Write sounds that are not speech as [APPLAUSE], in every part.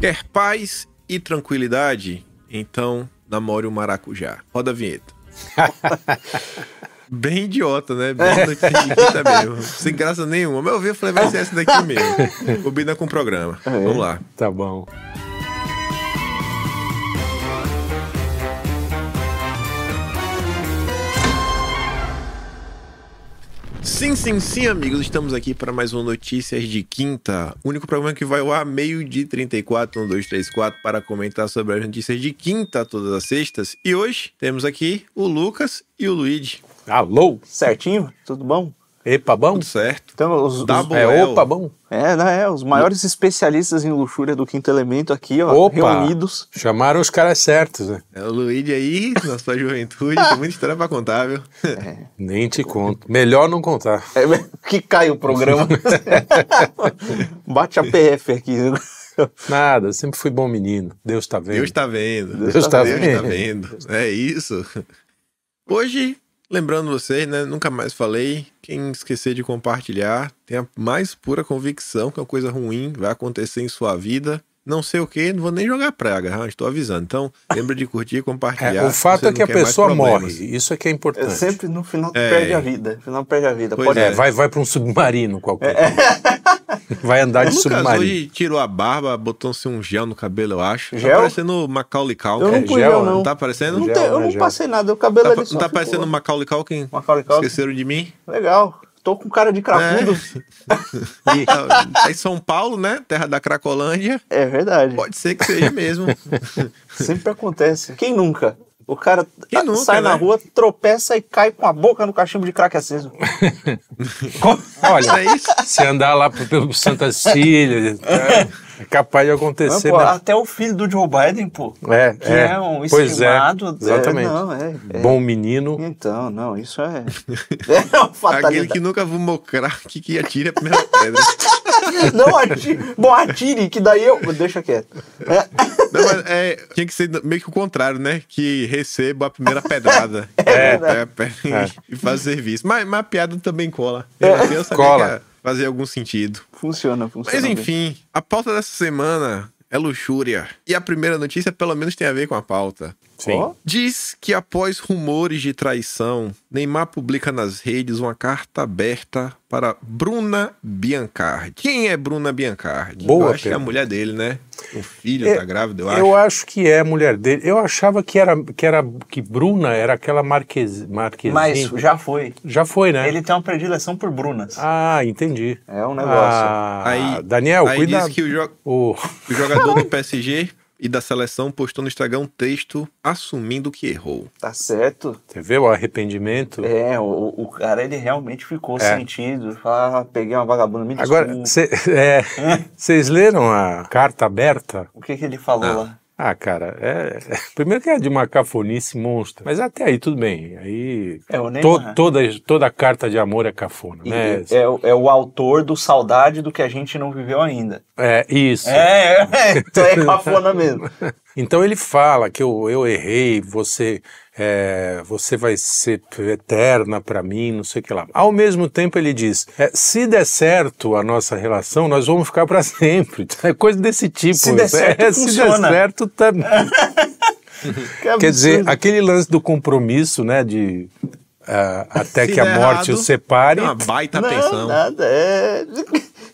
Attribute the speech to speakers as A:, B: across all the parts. A: Quer paz e tranquilidade? Então, namore o maracujá. Roda a vinheta. Bem idiota, né? Bem daqui, tá mesmo. Sem graça nenhuma. Mas eu vi, eu falei, vai ser essa daqui mesmo. Combina com o programa. Vamos lá.
B: Tá bom.
A: Sim, sim, sim, amigos. Estamos aqui para mais um Notícias de Quinta. O único programa que vai ao ar meio de 34, 1, 2, 3, 4, para comentar sobre as notícias de quinta todas as sextas. E hoje temos aqui o Lucas e o Luigi.
B: Alô?
C: Certinho? Tudo bom?
B: Epa, bom?
A: Tudo certo?
C: Então, os, os-
A: Double
B: É,
A: L.
B: opa, bom?
C: é, não, é, os maiores especialistas em luxúria do Quinto Elemento aqui, ó,
B: Opa!
C: reunidos.
B: Chamaram os caras certos, né?
A: É o Luigi aí, na sua juventude. Tem muita história para contar, viu?
B: Nem te conto. Melhor não contar.
C: É, [LAUGHS] que cai o programa. Bate a PF aqui.
B: Nada, eu sempre fui bom menino. Deus tá vendo.
A: Deus tá vendo.
B: Deus tá
A: Deus
B: vendo.
A: tá vendo. É isso. Hoje, lembrando vocês, né? Nunca mais falei. Quem esquecer de compartilhar, tenha a mais pura convicção que uma coisa ruim vai acontecer em sua vida. Não sei o que, não vou nem jogar praga, ah, estou avisando. Então, lembra de curtir e
B: É,
A: compartilhar.
B: o fato
A: você
B: é que
A: não
B: a
A: quer mais
B: pessoa
A: problemas.
B: morre. Isso é que é
C: É,
B: importante.
C: sempre no final tu
A: É.
C: perde a vida. No final perde a vida.
A: Pois
C: Pode
B: É,
A: é.
C: [LAUGHS]
B: vai, vai para um submarino qualquer.
C: É,
B: Vai andar
A: O
B: de
A: Lucas
B: submarino.
A: hoje tirou a barba, botou-se um gel no cabelo, eu acho.
C: Gel?
A: Tá parecendo o Macaulay Culkin.
C: Eu não
B: É,
C: fui
B: gel,
C: eu,
B: né?
C: não.
A: Tá aparecendo?
C: Não
B: Gel,
C: tem- eu
B: né,
C: não
B: gel.
C: passei nada, o cabelo
A: Tá,
C: ali
A: pa-
C: só
A: tá
C: ficou-
A: parecendo o Macaulay Culkin?
C: Macaulay Culkin.
A: Esqueceram de mim?
C: Legal. Tô com cara de cracudo.
A: [LAUGHS] Tá- tá em São Paulo, né? Terra da Cracolândia.
C: É, verdade.
A: Pode ser que seja
C: [LAUGHS]
A: mesmo. É
C: Sempre acontece. Quem nunca? O cara
A: Quem
C: ah,
A: nunca,
C: sai na
A: né?
C: rua, tropeça e cai com a boca no cachimbo de crack aceso.
A: Isso
B: Olha,
A: é isso?
B: se andar lá pro- pelo Santa Cília, é capaz de
C: Mas,
B: acontecer.
C: pô,
B: né?
C: até o filho do Joe Biden, pô.
B: É,
C: que
B: é.
C: é, um
B: Pois é,
C: estimado.
B: exatamente.
C: não, é, é.
B: Bom menino.
C: Então, não,
B: [LAUGHS]
C: isso é. É uma
A: Aquele que
C: fatalidade.
A: nunca fumou crack que atira a primeira pedra.
C: [LAUGHS] Não atire. Bom, atire, que daí eu. Deixa quieto. É, [LAUGHS]
A: Não, mas é, tinha que ser meio que o contrário, né? Que receba a
C: [LAUGHS]
A: primeira pedrada.
C: É.
A: Pega a pedra
B: É.
A: E faz serviço. Mas, mas a piada também cola.
C: É.
A: Eu, eu sabia
B: Cola.
A: que ia fazer algum sentido.
C: Funciona, funciona.
A: Mas
C: bem.
A: enfim, a pauta dessa semana é luxúria. E a primeira notícia, pelo menos, tem a ver com a pauta.
B: Sim.
C: Ó.
A: Diz que após rumores de traição, Neymar publica nas redes uma carta aberta para Bruna Biancardi. Quem é Bruna Biancardi?
B: Boa
A: eu acho que é a
B: pergunta.
A: mulher dele, né? O filho
B: Eu-
A: tá grávido, eu acho.
B: Eu acho que é a mulher dele. Eu achava que era que, era, que Bruna era aquela marquesi, marquesina.
C: Mas já foi.
B: já foi, né?
C: Ele tem uma predileção por Brunas.
B: Ah, entendi.
C: É um negócio.
B: Ah,
A: Aí-
B: Daniel,
A: Aí
B: cuidado.
A: diz que o, jo-
B: O- [LAUGHS]
A: o jogador do PSG e da seleção postou no Instagram um texto assumindo que errou.
C: Tá certo.
B: Você vê o arrependimento?
C: É, o, o cara ele realmente ficou sentido. Fala, ah, peguei uma vagabunda, me desculpa.
B: É. Agora, [LAUGHS] vocês leram a carta aberta?
C: O que, que ele falou lá?
B: Ah, cara, é... [LAUGHS] primeiro que é de uma cafonice monstra, mas até aí tudo bem. Aí
C: É o
B: to-
C: Neymar.
B: toda toda carta de amor é cafona,
C: E-
B: né?
C: e- é, o- é o autor do Saudade do que a gente não viveu ainda.
B: É, isso.
C: É, é, é, então é cafona mesmo.
B: Então ele fala que eu, eu errei, você é, você vai ser eterna pra mim, não sei o que lá. Ao mesmo tempo ele diz, é, se der certo a nossa relação, nós vamos ficar pra [LAUGHS] sempre. É coisa desse tipo.
C: Se der certo,
B: É, se der
C: funciona. É
B: certo, tá...
C: Que
B: Quer dizer,
C: absurdo.
B: aquele lance do compromisso, né, de ah, até
A: Se
B: que a
A: der
B: morte
A: errado,
B: o separe.
A: É uma baita
C: não,
A: pensão.
C: nada, é...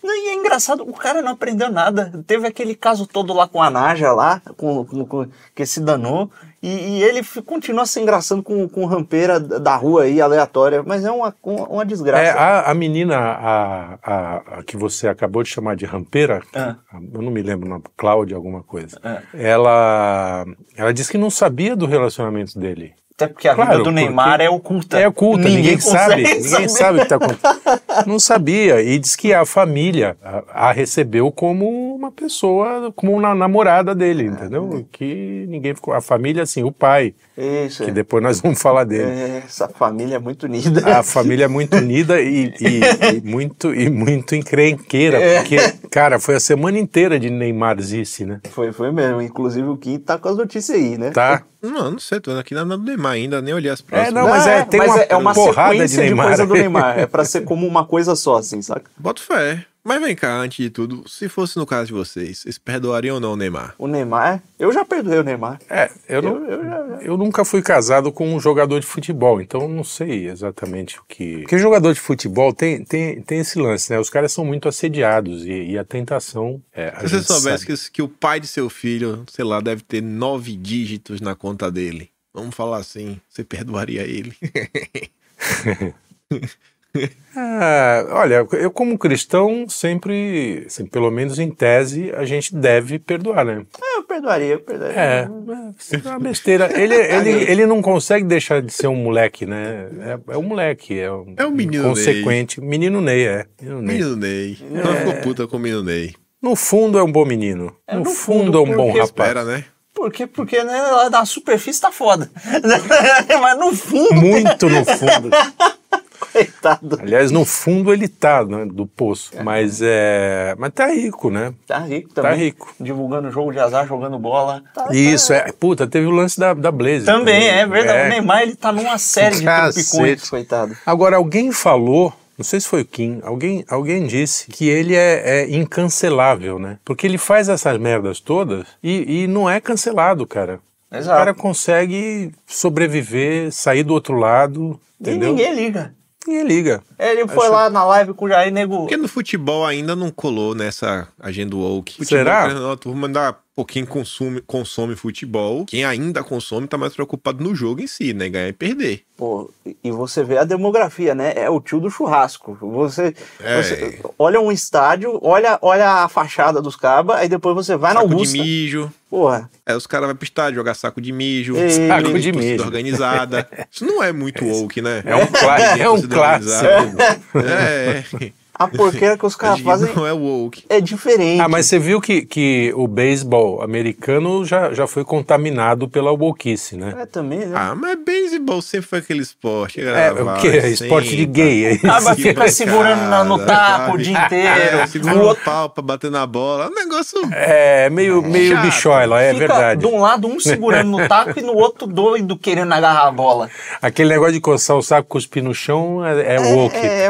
C: Não, e é engraçado, o cara não aprendeu nada. Teve aquele caso todo lá com a Naja lá, com, com- com- que se danou, e, e ele fi- continua se engraçando com, com rampeira da rua aí, aleatória, mas é uma, uma, uma desgraça.
B: É, a, a menina a, a- a que você acabou de chamar de rampeira,
C: Ah.
B: eu não me lembro o nome, Cláudia alguma coisa,
C: Ah.
B: ela, ela disse que não sabia do relacionamento dele.
C: Até porque a
B: Claro,
C: vida do Neymar
B: porque
C: é oculta.
B: É oculta, ninguém, sabe,
C: consegue
B: ninguém
C: saber.
B: sabe o que está
C: [LAUGHS]
B: acontecendo. Não sabia, e diz que a família a, a recebeu como uma pessoa, como uma namorada
C: Ah,
B: dele, entendeu? Que ninguém ficou, a família assim, o pai,
C: Isso,
B: que
C: é.
B: depois nós vamos falar dele.
C: É, essa família é muito [LAUGHS] unida.
B: A família é muito unida e, e- e muito, e muito encrenqueira,
C: É.
B: porque, cara, foi a semana inteira de Neymar Zice, né?
C: Foi, foi mesmo. Inclusive o Kim tá com as notícias aí, né?
B: Tá?
A: Não, não sei, tô vendo aqui na do Neymar ainda, nem olhei as
B: É,
A: próximas.
B: não, mas é, tem uma,
C: é uma
B: porrada
C: sequência
B: de Neymar.
C: coisa do Neymar. É pra ser como uma coisa só, assim, saca?
A: Boto fé. Mas vem cá, antes de tudo, se fosse no caso de vocês, vocês perdoariam ou não o Neymar?
C: O Neymar, eu já perdoei o Neymar.
B: É, eu, não-
C: Eu- eu já-
B: eu nunca fui casado com um jogador de futebol, então eu não sei exatamente o que. Porque jogador de futebol tem, tem, tem esse lance, né? Os caras são muito assediados e, e a tentação. É, a
A: Se você
B: gente
A: soubesse
B: sabe.
A: que, que o pai de seu filho, sei lá, deve ter nove dígitos na conta dele, vamos falar assim, você perdoaria
B: [LAUGHS]
A: ele?
B: Né. Ah, olha, eu como cristão sempre, assim, pelo menos em tese, a gente deve perdoar, né?
C: É, Eu perdoaria, eu perdoaria.
B: É, mas é uma besteira. [LAUGHS] Ele, ele, ele não consegue deixar de ser um moleque, né? É, é um moleque, é um,
A: É o menino
B: consequente. Menino Ney, é. Menino Ney.
A: Menino Ney. Não ficou puta com o menino Ney.
B: No fundo é um bom menino.
C: É,
B: no,
C: no
B: fundo,
C: fundo,
B: é um bom
C: porque-
B: rapaz.
A: Pera, né?
C: Por quê? Porque né, lá na superfície tá foda. [LAUGHS] Mas no fundo,
B: Muito no fundo.
C: coitado.
B: Aliás, no fundo ele tá, né, do poço. Mas é, mas tá rico, né?
C: Tá rico também.
B: rico.
C: Divulgando jogo de azar, jogando bola. Tá-
B: Isso, é. Puta, teve o lance da, da Blaze.
C: Também, é verdade. O
B: É,
C: Neymar, ele tá numa série de
B: Cacete.
C: tropicões, coitado.
B: Agora, alguém falou, não sei se foi o Kim, alguém, alguém disse que ele é, é incancelável, né? Porque ele faz essas merdas todas e, e não é cancelado, cara. O
C: Exato.
B: cara consegue sobreviver, sair do outro lado, entendeu?
C: E ninguém liga.
B: Ninguém liga.
C: Ele foi lá na live com o Jair Nego.
A: Porque no futebol ainda não colou nessa agenda woke. Futebol,
B: Será?
A: querendo ou Não, a turma ainda, pô, quem consome, consome futebol, quem ainda consome, tá mais preocupado no jogo em si, né? Ganhar e perder.
C: Pô, e você vê a demografia, né? É o tio do churrasco. Você,
A: É.
C: você olha um estádio, olha, olha a fachada dos cabas, aí depois você
B: Ah,
C: vai
A: Saco
C: na
A: de
C: Augusta.
A: mijo.
C: Porra,
A: Aí os caras vão pro estádio jogar saco de mijo.
C: Ei.
B: Saco
A: briga
B: de
A: torcida
B: mijo.
A: organizada. Isso não é muito woke, né?
B: É um, clá- é um
A: Torcida
B: clássico.
A: organizada. É,
B: [LAUGHS]
A: é.
C: a porqueira que os caras
A: Acho que
C: fazem
A: Não é woke.
C: é diferente.
B: Ah, mas você viu que, que o beisebol americano já, já foi contaminado pela wokice, né?
C: É também, né?
A: Ah, mas beisebol sempre foi aquele esporte.
B: É, o que? É esporte
A: [LAUGHS]
B: de gay. É isso?
C: Ah, mas fica
A: Cara,
C: segurando na- no taco o
A: sabe?
C: dia inteiro.
A: É, segura
C: O
A: o
C: outro
A: pau pra bater na bola. É um negócio.
B: [LAUGHS] É, meio, meio
A: Chato.
B: bichola, é
C: fica
B: verdade.
C: de um lado um segurando no taco e no outro doido querendo agarrar a bola.
B: Aquele negócio de coçar o saco, cuspir no chão é, é woke.
C: É, é, é,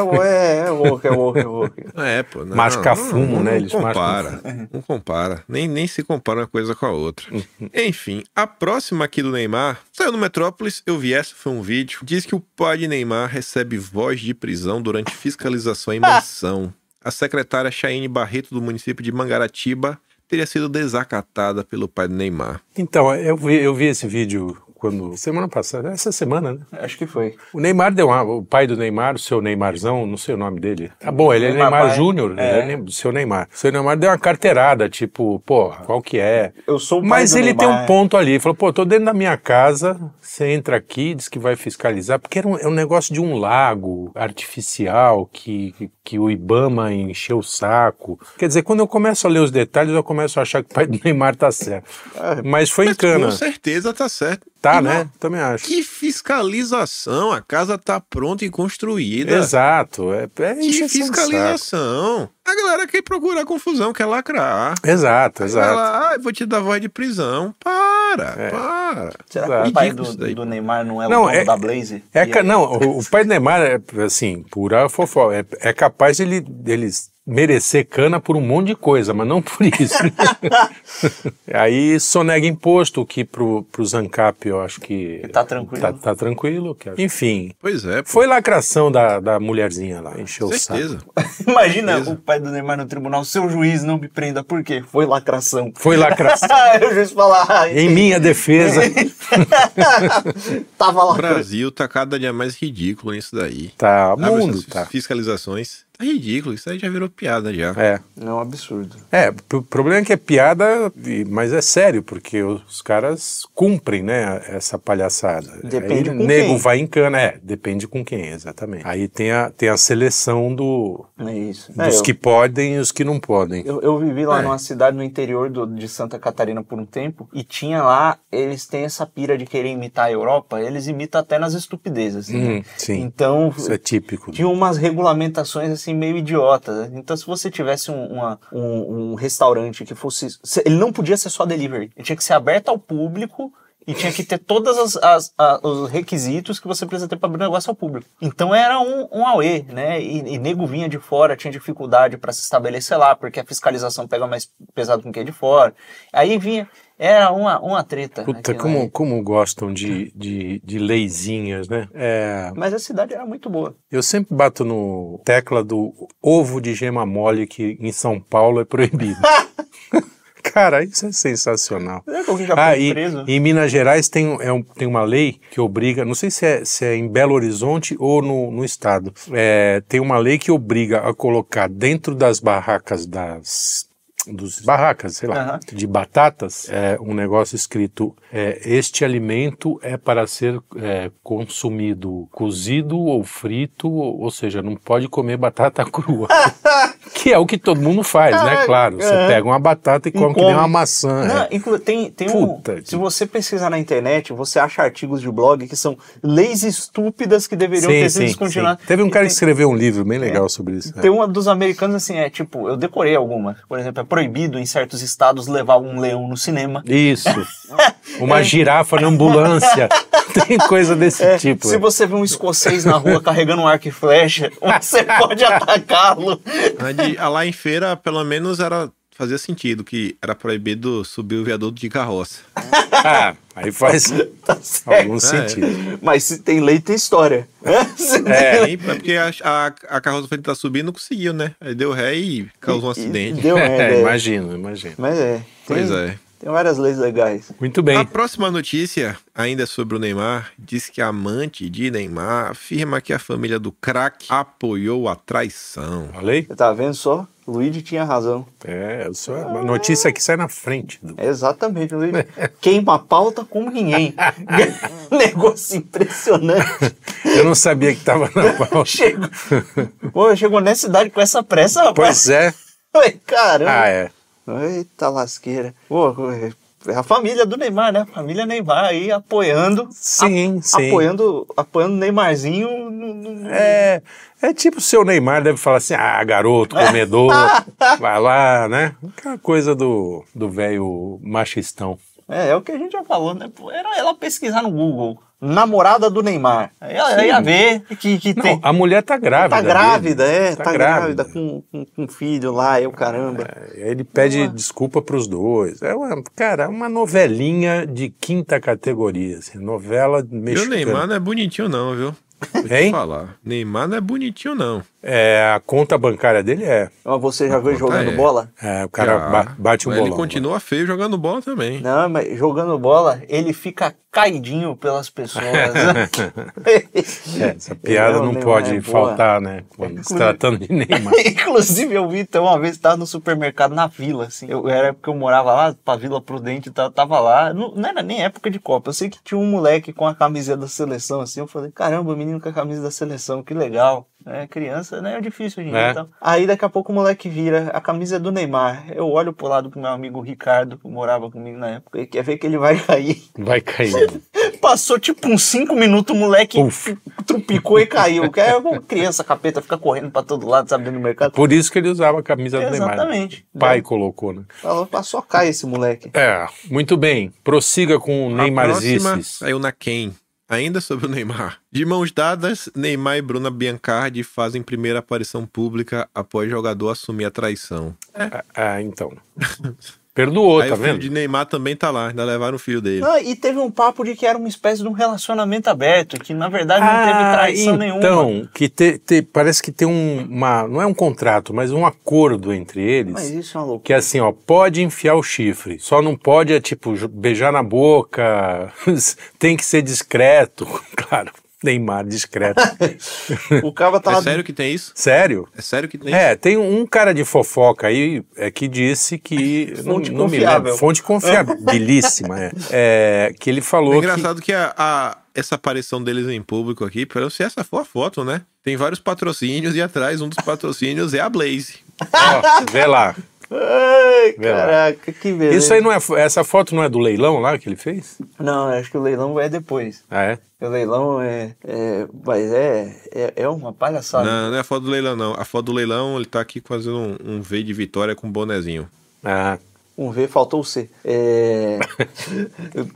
C: é woke, é woke, é woke.
A: É, pô. Não,
B: Mascar fumo, né? Eles
A: Não compara. Não compara. Nem, nem se compara uma coisa com a outra.
B: Uhum.
A: Enfim, a próxima aqui do Neymar saiu no Metrópolis. Eu vi essa, foi um vídeo. Diz que o pai de Neymar recebe voz de prisão durante fiscalização em
B: Ah!
A: mansão. A secretária Chayne Barreto, do município de Mangaratiba, teria sido desacatada pelo pai de Neymar.
B: Então, eu vi, eu vi esse vídeo quando. Semana passada, essa semana, né?
C: Acho que foi.
B: O Neymar deu uma. O pai do Neymar, o seu Neymarzão, não sei o nome dele. Tá bom, ele é
C: Neymar
B: Neymar
C: pai.
B: Júnior,
C: É.
B: ele é Ne- seu Neymar. O seu Neymar deu uma carteirada, tipo, porra, qual que é?
C: Eu sou o pai
B: Mas
C: do
B: ele
C: Neymar. é-
B: tem um ponto ali. Ele falou, pô, tô dentro da minha casa, você entra aqui, diz que vai fiscalizar, porque era um, é um negócio de um lago artificial que, que, que o Ibama encheu o saco. Quer dizer, quando eu começo a ler os detalhes, eu começo a achar que o pai do [LAUGHS] Neymar tá certo.
C: É,
B: Mas foi em
A: Mas
B: cana.
A: com certeza tá certo.
B: Tá,
A: E
B: né?
A: não-
B: Também acho.
A: Que fiscalização! A casa tá pronta e construída.
B: Exato. É, é
A: Que
B: encheção de saco.
A: fiscalização! A galera quer procurar confusão, quer lacrar.
B: Exato,
A: Vai
B: exato.
A: lá, ah, eu vou te dar voz de prisão. Para, para.
C: Será que
B: Exato.
C: o pai
A: Ridículo isso
C: do,
A: daí.
C: do Neymar não é
B: Não,
C: o dono
B: é-
C: da Blaze?
B: É,
C: E
B: ca-
C: aí?
B: não, o, o pai do Neymar é, assim, pura fofó. É, é capaz ele, dele merecer cana por um monte de coisa, mas não por
C: [LAUGHS]
B: isso. Aí sonega imposto, o que pro, pro Zancap eu acho que.
C: Tá tranquilo.
B: Tá, tá tranquilo. que acho- Enfim.
A: Pois é, pô.
B: Foi lacração da, da mulherzinha lá, encheu o saco.
A: certeza.
C: Imagina
A: Beleza.
C: o pai do Neymar no tribunal, seu juiz não me prenda, por quê? Foi lacração.
B: Foi [LAUGHS]
C: [LAUGHS]
B: lacração.
C: Aí o juiz fala,
B: [LAUGHS]
C: ah,
B: em minha defesa.
C: [LAUGHS] tava
A: O
C: lacrando.
A: Brasil tá cada dia mais ridículo nisso daí.
B: Tá,
A: Sabe
B: mundo,
A: essas
B: tá.
A: Fiscalizações. Tá ridículo, isso aí já virou piada já.
B: É.
C: Não, absurdo.
B: É, p- o problema é que é piada, e- mas é sério, porque os caras cumprem, né, essa palhaçada.
C: Depende
B: Aí,
C: com
B: nego
C: quem.
B: vai em cana, é, depende com quem, exatamente. Aí tem a, tem a seleção do,
C: É isso. É,
B: Um dos
C: eu-
B: que podem e os que não podem.
C: Eu, eu vivi lá
A: É.
C: numa cidade no interior do- de Santa Catarina por um tempo e tinha lá, eles têm essa pira de querer imitar a Europa, eles imitam até nas estupidezes. assim,
B: Hum,
C: né?
B: sim,
C: Então,
B: isso é típico.
C: tinha umas regulamentações assim meio idiotas. né? Então, se você tivesse um, uma- um, um restaurante que fosse. se- Ele não podia ser só delivery, ele tinha que ser aberto ao público. E tinha que ter todos as, as- a- os requisitos que você precisa ter para abrir um negócio ao público. Então era um, um auê, né? E, e nego vinha de fora, tinha dificuldade para se estabelecer lá, porque a fiscalização pega mais pesado com quem é de fora. Aí vinha, era uma, uma treta. né,
B: Puta,
C: aquilo
B: como,
C: aí.
B: como gostam de, de, de leizinhas, né? É,
C: Mas a cidade era muito boa.
B: eu sempre bato no tecla do ovo de gema mole que em São Paulo é
C: [LAUGHS]
B: proibido. Cara, isso é sensacional.
C: Será que alguém já foi
B: Ah, e,
C: preso?
B: em Minas Gerais tem, um- é um- tem uma lei que obriga, não sei se é, se é em Belo Horizonte ou no, no estado, é, tem uma lei que obriga a colocar dentro das barracas das dos barracas, sei lá,
C: Aham.
B: de batatas, é, um negócio escrito é, este alimento é para ser é, consumido cozido ou frito, ou, ou seja, não pode comer batata [LAUGHS]
C: [LAUGHS]
B: crua. que é o que todo mundo faz, né?
C: Caraca,
B: Claro, você
C: é.
B: pega uma batata e
C: E
B: come, que nem
C: come.
B: uma maçã. é.
C: Não, inclu- tem, tem um.
B: Puta que-
C: Se você pesquisar na internet, você acha artigos de blog que são leis estúpidas que deveriam ter sido descontinuadas.
B: Teve um
C: E
B: cara que
C: tem-
B: escreveu um livro bem legal sobre isso. né?
C: Então, é. Tem um uma dos americanos assim, é tipo, eu decorei alguma. Por exemplo, é proibido em certos estados levar um leão no cinema. [LAUGHS]
B: Isso. Uma girafa na ambulância. Tem coisa desse
C: É,
B: tipo.
C: se
B: né?
C: você vê um escocês na rua carregando um arco e flecha, [LAUGHS] você pode atacá-lo. [LAUGHS]
A: A de- a lá em feira, pelo menos, era fazia sentido que era proibido subir o viaduto de carroça.
B: Ah, aí faz
C: Tá certo.
B: algum sentido.
C: Mas se tem lei, tem história. Se tem [LAUGHS]
B: É.
A: Aí, é porque a, a, a carroça pra ele tá subindo não conseguiu, né? Aí deu ré e causou um
C: E- e
A: acidente.
C: Deu merda,
B: [LAUGHS] É,
C: é.
B: imagino, imagino.
C: Mas é. Tem,
A: Pois é.
C: Tem várias leis legais.
B: Muito bem.
A: A
C: Ah.
A: próxima notícia, ainda sobre o Neymar, diz que a amante de Neymar afirma que a família do craque apoiou a traição.
B: Falei?
C: Tá vendo só? Luigi tinha razão. É
B: É, só uma notícia que sai na frente. Do...
C: Exatamente, Luigi. Queima a pauta
B: [LAUGHS]
C: como ninguém. Negócio impressionante.
B: Eu não sabia que estava
C: [LAUGHS]
B: na pauta.
C: Chegou. Pô, chegou nessa idade com essa pressa, rapaz.
B: Pois é.
C: [LAUGHS] Ai, Caramba.
B: Ah, é.
C: Eita lasqueira. Pô, é a família do Neymar, né? A família Neymar aí apoiando.
B: Sim, sim.
C: Apoiando, apoiando o Neymarzinho. no- no-
B: É, é tipo o seu Neymar deve falar assim: ah, garoto, comedor,
C: [LAUGHS]
B: vai lá, né? Aquela coisa do do velho machistão.
C: É, é o que a gente já falou, né? Pô, Era ela pesquisar no Google. Namorada do Neymar. Aí ela
B: Sim.
C: ia ver que, que
B: Não,
C: tem.
B: a mulher tá grávida.
C: Tá grávida,
B: dele.
C: é, tá, grávida, com, com, com filho lá, eu caramba.
B: É, Ele pede desculpa pros dois. É uma, cara, é uma novelinha de quinta categoria, assim, novela
A: E o
B: mexicana.
A: Neymar não é bonitinho, não, viu? Vou
B: Hein?
A: falar. Neymar não é bonitinho, não.
B: É, a conta bancária dele é.
C: Mas você já viu ele jogando
A: é.
C: bola?
B: é, o cara
A: Já.
B: ba- bate um
A: Mas
B: bolão.
A: Ele continua feio jogando bola também.
C: Não, mas jogando bola, ele fica caidinho pelas pessoas.
B: [LAUGHS] É, essa piada
C: É, o
B: não
C: Neymar
B: pode
C: é boa.
B: faltar, né? Quando se tratando de Neymar.
C: [LAUGHS] Inclusive, eu vi então uma vez tava no supermercado na vila, assim. Eu, era época que eu morava lá, pra Vila Prudente, tava, tava lá. Não, não era nem época de Copa. Eu sei que tinha um moleque com a camisa da seleção, assim. Eu falei, caramba, menino com a camisa da seleção, que legal. É, criança, né? É difícil hoje em dia.
B: É.
C: Então. Aí daqui a pouco o moleque vira, a camisa é do Neymar. Eu olho pro lado pro meu amigo Ricardo, que morava comigo na época, e quer ver que ele vai cair. [LAUGHS]
B: Vai cair.
C: Passou tipo uns 5 minutos, o moleque
B: Uf.
C: trupicou e caiu. Que é uma criança capeta, fica correndo pra todo lado, sabe, dentro do mercado.
B: Por isso que ele usava a camisa do Neymar.
C: Exatamente.
B: O pai colocou, né?
C: Falou pra socar esse moleque.
B: É, muito bem. Prossiga com o
A: A próxima é.
B: Neymarzices.
A: saiu na quem? Ainda sobre o Neymar. De mãos dadas, Neymar e Bruna Biancardi fazem primeira aparição pública após jogador assumir a traição.
B: Ah, ah, então. Perdoou,
A: Aí
B: tá
A: o filho
B: vendo?
A: de Neymar também tá lá, ainda levaram o filho dele.
C: Ah, e teve um papo de que era uma espécie de um relacionamento aberto, que na verdade não teve
B: Ah,
C: traição
B: então,
C: nenhuma.
B: que te- te- parece que tem um, uma, não é um contrato, mas um acordo entre eles.
C: Mas isso é uma
B: Que
C: loucura.
B: é assim, ó, pode enfiar o chifre, só não pode, é tipo, j- beijar na boca, [LAUGHS] tem que ser discreto. [LAUGHS] Claro, Neymar discreto.
C: [LAUGHS] O cara tava.
A: É sério que tem isso?
B: Sério?
A: É sério que tem isso?
B: É, tem um cara de fofoca aí é, que disse que.
C: [LAUGHS] Fonte
B: não, não me
C: confiável.
B: lembro. Fonte
C: [LAUGHS]
B: confiabilíssima, é. É, Que ele falou.
A: É
B: que,
A: engraçado que, a, a- essa aparição deles em público aqui, pelo menos se essa for a foto, né? Tem vários patrocínios e atrás um dos patrocínios é a Blaze.
B: ó, vê lá.
C: Ai,
B: Vê lá.
C: caraca, que beleza.
B: Isso aí não é. fo- Essa foto não é do leilão lá que ele fez?
C: Não, acho que o leilão é depois.
B: Ah, é?
C: O leilão é. é- mas é, é. é uma palhaçada.
A: Não, não é a foto do tá leilão, não. A foto do leilão, ele tá aqui fazendo um, um V de vitória com um bonezinho.
B: Ah.
C: O com V, faltou o C.
B: [LAUGHS]
C: É...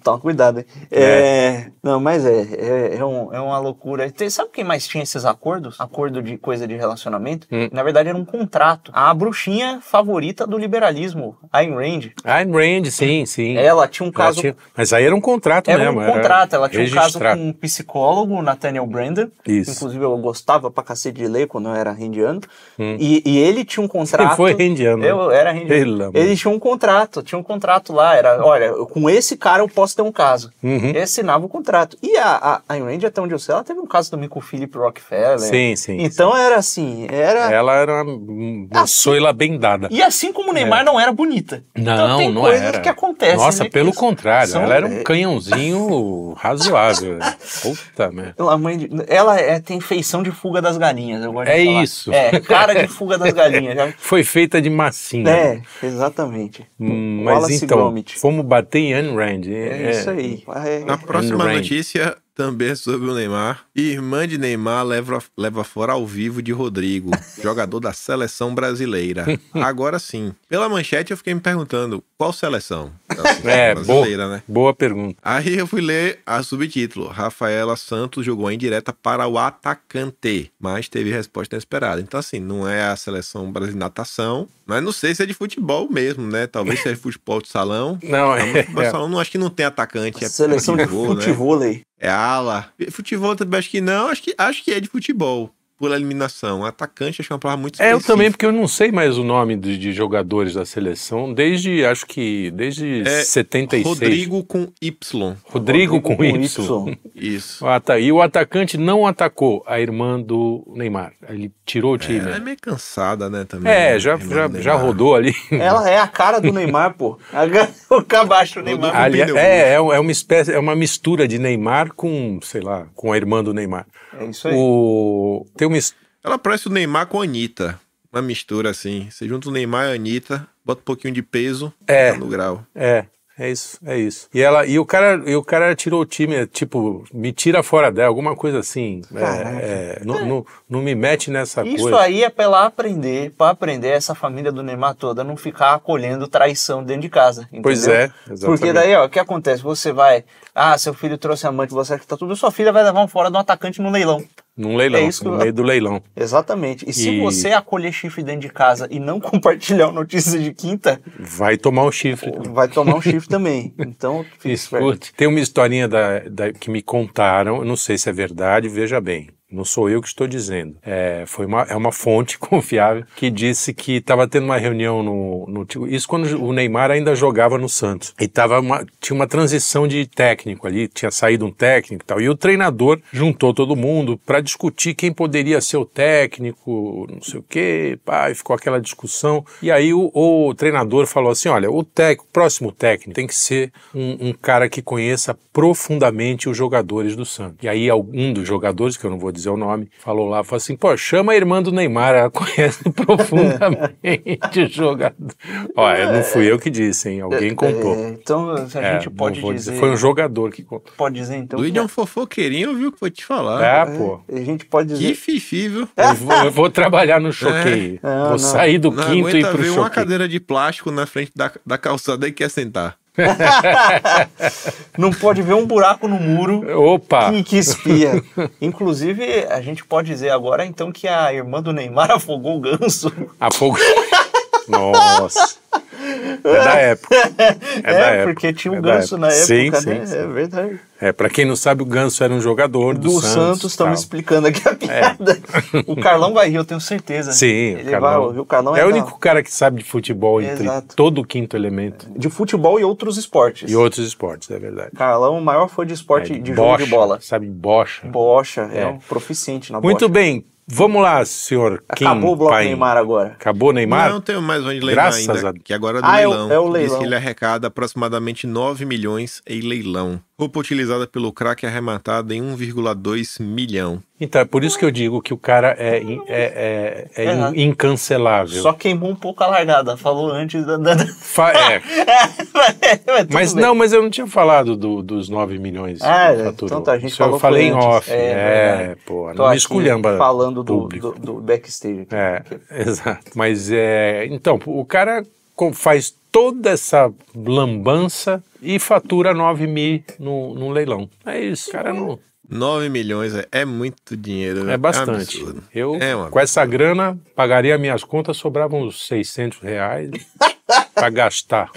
C: Toma cuidado, hein? É... Não, mas é, é, é, um- é uma loucura. Tem- sabe quem mais tinha esses acordos? Acordo de coisa de relacionamento?
B: Hum.
C: Na verdade, era um contrato. A bruxinha favorita do liberalismo, Ayn Rand.
B: Ayn Rand, sim, sim.
C: Ela tinha um
B: Ela
C: caso.
B: tinha- Mas aí era um contrato
C: Era
B: mesmo.
C: um contrato, ela tinha um
B: registrado.
C: caso com um psicólogo, Nathaniel Brandon.
B: Isso.
C: Inclusive, eu gostava pra cacete de ler quando eu era rendiano. E, e ele
B: [LAUGHS]
C: tinha um contrato.
B: Hum. foi rendiano, né?
C: Eu era rendiano.
B: Pelo amor.
C: Ele tinha um contrato, tinha um contrato lá. Era, olha, com esse cara eu posso ter um caso.
B: Uhum.
C: Ele assinava o contrato. E a, a, a Ayn Rand, até onde eu sei, ela teve um caso também com o Philip Rockefeller.
B: Sim, sim. É.
C: Então era assim, era.
B: Ela era uma uma
C: Assim-
B: soila bem dada.
C: E assim como o Neymar não era bonita. então
B: É. Não,
C: tem
B: não
C: coisas
B: era.
C: que acontecem.
B: Nossa,
C: né, que
B: pelo
C: são-
B: contrário.
C: são-
B: Ela era
C: é,
B: um
C: [LAUGHS]
B: canhãozinho razoável. né? Puta merda.
C: Pela mãe de- Ela é- tem feição de fuga das galinhas, eu gosto de
B: É
C: falar.
B: isso.
C: É, cara de fuga das galinhas.
B: [LAUGHS]
C: já-
B: Foi feita de massinha.
C: É, exatamente.
B: Né? Hum, mas
C: Wallace
B: então,
C: Gromit.
B: fomos bater em Ayn Rand.
C: É, isso aí. É-
A: A próxima
B: Rain.
A: notícia também é sobre o Neymar. Irmã de Neymar leva, leva fora ao vivo de Rodrigo, jogador da seleção brasileira. Agora sim. Pela manchete eu fiquei me perguntando qual seleção? Assim,
B: É,
A: brasileira, né?
B: Boa pergunta.
A: Aí eu fui ler a subtítulo. Rafaela Santos jogou em direta para o atacante, mas teve resposta inesperada. Então, assim, não é a seleção brasileira de natação, mas não sei se é de futebol mesmo, né? Talvez seja de futebol de salão.
B: Não, [LAUGHS] é,
A: Mas salão não acho que não tem atacante. é
C: Seleção de
A: futebol, né?
C: futebol aí.
A: É ala. E Futebol também acho que não, acho que, acho que é de futebol, por eliminação. Atacante acho que é uma palavra muito
B: É, eu
A: específica.
B: também, porque eu não sei mais o nome de, de jogadores da seleção desde, acho que, desde
A: É,
B: 76.
A: Rodrigo com Y.
B: Rodrigo com, y.
A: Isso.
B: O ata- E o atacante não atacou a irmã do Neymar. Ele tirou o time.
A: Ela é meio cansada, né, também.
B: É,
A: né,
B: já,
A: irmã
B: já,
A: do
B: já
A: Neymar.
B: rodou
A: [LAUGHS]
B: ali.
C: Ela é a cara do Neymar, pô. A ga- [LAUGHS] O cabacho do Neymar.
B: Ali-
A: pneu. né?
B: é, é uma espécie, é uma mistura de Neymar com, sei lá, com a irmã do Neymar.
C: É isso aí.
B: O, tem uma, his-
A: Ela parece o Neymar com a Anitta. Uma mistura, assim. Você junta o Neymar e a Anitta, bota um pouquinho de peso,
B: É.
A: fica no grau.
B: É, é isso, é isso. E ela, e o cara, e o cara tirou o time, é, tipo, me tira fora dela, alguma coisa assim. É,
C: Caraca.
B: é, não, não- não me mete nessa
C: Isso
B: coisa.
C: aí é pra ela aprender, pra aprender essa família do Neymar toda, não ficar acolhendo traição dentro de casa. Entendeu?
B: Pois é, exatamente.
C: Porque daí, ó, o que acontece? Você vai, ah, seu filho trouxe amante, você acha que tá tudo, sua filha vai levar um fora de um atacante no leilão.
B: Num leilão,
C: É isso que
B: no
C: eu-
B: meio do leilão.
C: Exatamente. E se
B: E-
C: você acolher chifre dentro de casa e não [LAUGHS] compartilhar o notícia de quinta,
B: Vai tomar o chifre.
C: vai tomar um chifre também. [LAUGHS] Então, fica esperto.
B: Escute, tem uma historinha da- da- que me contaram, eu não sei se é verdade, veja bem, não sou eu que estou dizendo. É, foi uma, é uma fonte [LAUGHS] confiável que disse que estava tendo uma reunião no, no. ti- Isso quando o Neymar ainda jogava no Santos. E tava uma- tinha uma transição de técnico ali, tinha saído um técnico e tal. E o treinador juntou todo mundo para discutir quem poderia ser o técnico, não sei o quê, pá, e ficou aquela discussão. E aí o, o treinador falou assim: olha, o, tec, o próximo técnico tem que ser um, um cara que conheça profundamente os jogadores do Santos. E aí algum dos jogadores, que eu não vou dizer o nome, falou lá, falou assim, pô, chama a irmã do Neymar, ela [LAUGHS] conhece profundamente os jogadores. Olha, é, não fui eu que disse, hein? Alguém contou.
C: É, então, se a
B: É,
C: gente
B: não
C: pode
B: vou
C: dizer,
B: dizer, Foi um jogador que contou.
C: pode dizer então.
A: Luiz é um fofoqueirinho, viu o que eu vou te falar.
B: Ah,
C: É,
B: pô.
C: A gente pode
A: Que
C: dizer.
A: fifi, viu?
B: Eu vou, eu vou trabalhar no choqueio.
C: É,
B: vou
C: não.
B: sair É do
A: Não
B: quinto e ir
A: aguenta
B: pro
A: ver uma
B: choqueio.
A: cadeira de plástico na frente da, da calçada e quer sentar.
C: Não pode ver um buraco no [LAUGHS] muro
B: Opa!
C: que, que [LAUGHS] espia. Inclusive, a gente pode dizer agora então que a irmã do Neymar [LAUGHS] afogou o ganso.
B: A
C: [LAUGHS]
B: fogo. Nossa. É da época. É, da época.
C: porque tinha um
B: É da
C: ganso na época,
B: Sim,
C: né?
B: sim, sim.
C: É verdade.
B: É, pra quem não sabe, o Ganso era um jogador do,
C: do Santos,
B: tal. É.
C: estamos explicando aqui
B: [LAUGHS]
C: a piada. O Carlão vai rir, eu tenho certeza.
B: Sim,
C: Ele vai ouvir. O Carlão
B: é o
C: da-
B: único cara que sabe de futebol entre
C: Exato.
B: todo o quinto elemento
C: de futebol e outros esportes.
B: e outros esportes, é verdade.
C: Carlão, o maior fã de esporte
B: É,
C: de jogo de bola.
B: Sabe bocha.
C: Bocha, é,
B: É.
C: um proficiente na
B: Muito
C: bocha.
B: bem, vamos lá, senhor Kim
C: Acabou o bloco
B: Paim.
C: Neymar agora.
B: Acabou o Neymar?
A: Não tenho mais onde leilão
B: Graças
A: ainda,
B: a-
A: que agora é do
C: Ah, é o-
A: leilão.
C: é o
A: Diz
C: leilão.
A: que ele arrecada aproximadamente 9 milhões em leilão. Roupa utilizada pelo craque arrematada em 1,2 milhão.
B: Então, é por isso que eu digo que o cara é, in- é, é, é in-
C: Errado.
B: incancelável.
C: Só queimou um pouco a largada, falou antes da. da- da-
B: Fa-
C: [LAUGHS]
B: é,
C: Ah! Mas tudo
B: Mas
C: bem.
B: não, mas eu não tinha falado do- dos 9 milhões
C: Ah,
B: que
C: é,
B: faturou.
C: então tá, a gente
B: Isso eu
C: falou
B: falei
C: foi
B: em
C: antes.
B: off. É,
C: É,
B: pô,
C: Tô
B: não me
C: aqui
B: esculhamba.
C: Falando do,
B: público. [LAUGHS]
C: do, do backstage. aqui.
B: É, exato. Mas é. Então, o cara com- faz toda essa lambança e fatura 9 mil no, no leilão. É isso, cara. Não,
A: 9 milhões é, é muito dinheiro. né?
B: é bastante.
A: um absurdo.
B: Eu,
A: É um
B: com essa grana, pagaria minhas contas, sobravam uns 600 reais
A: [LAUGHS]
B: para gastar.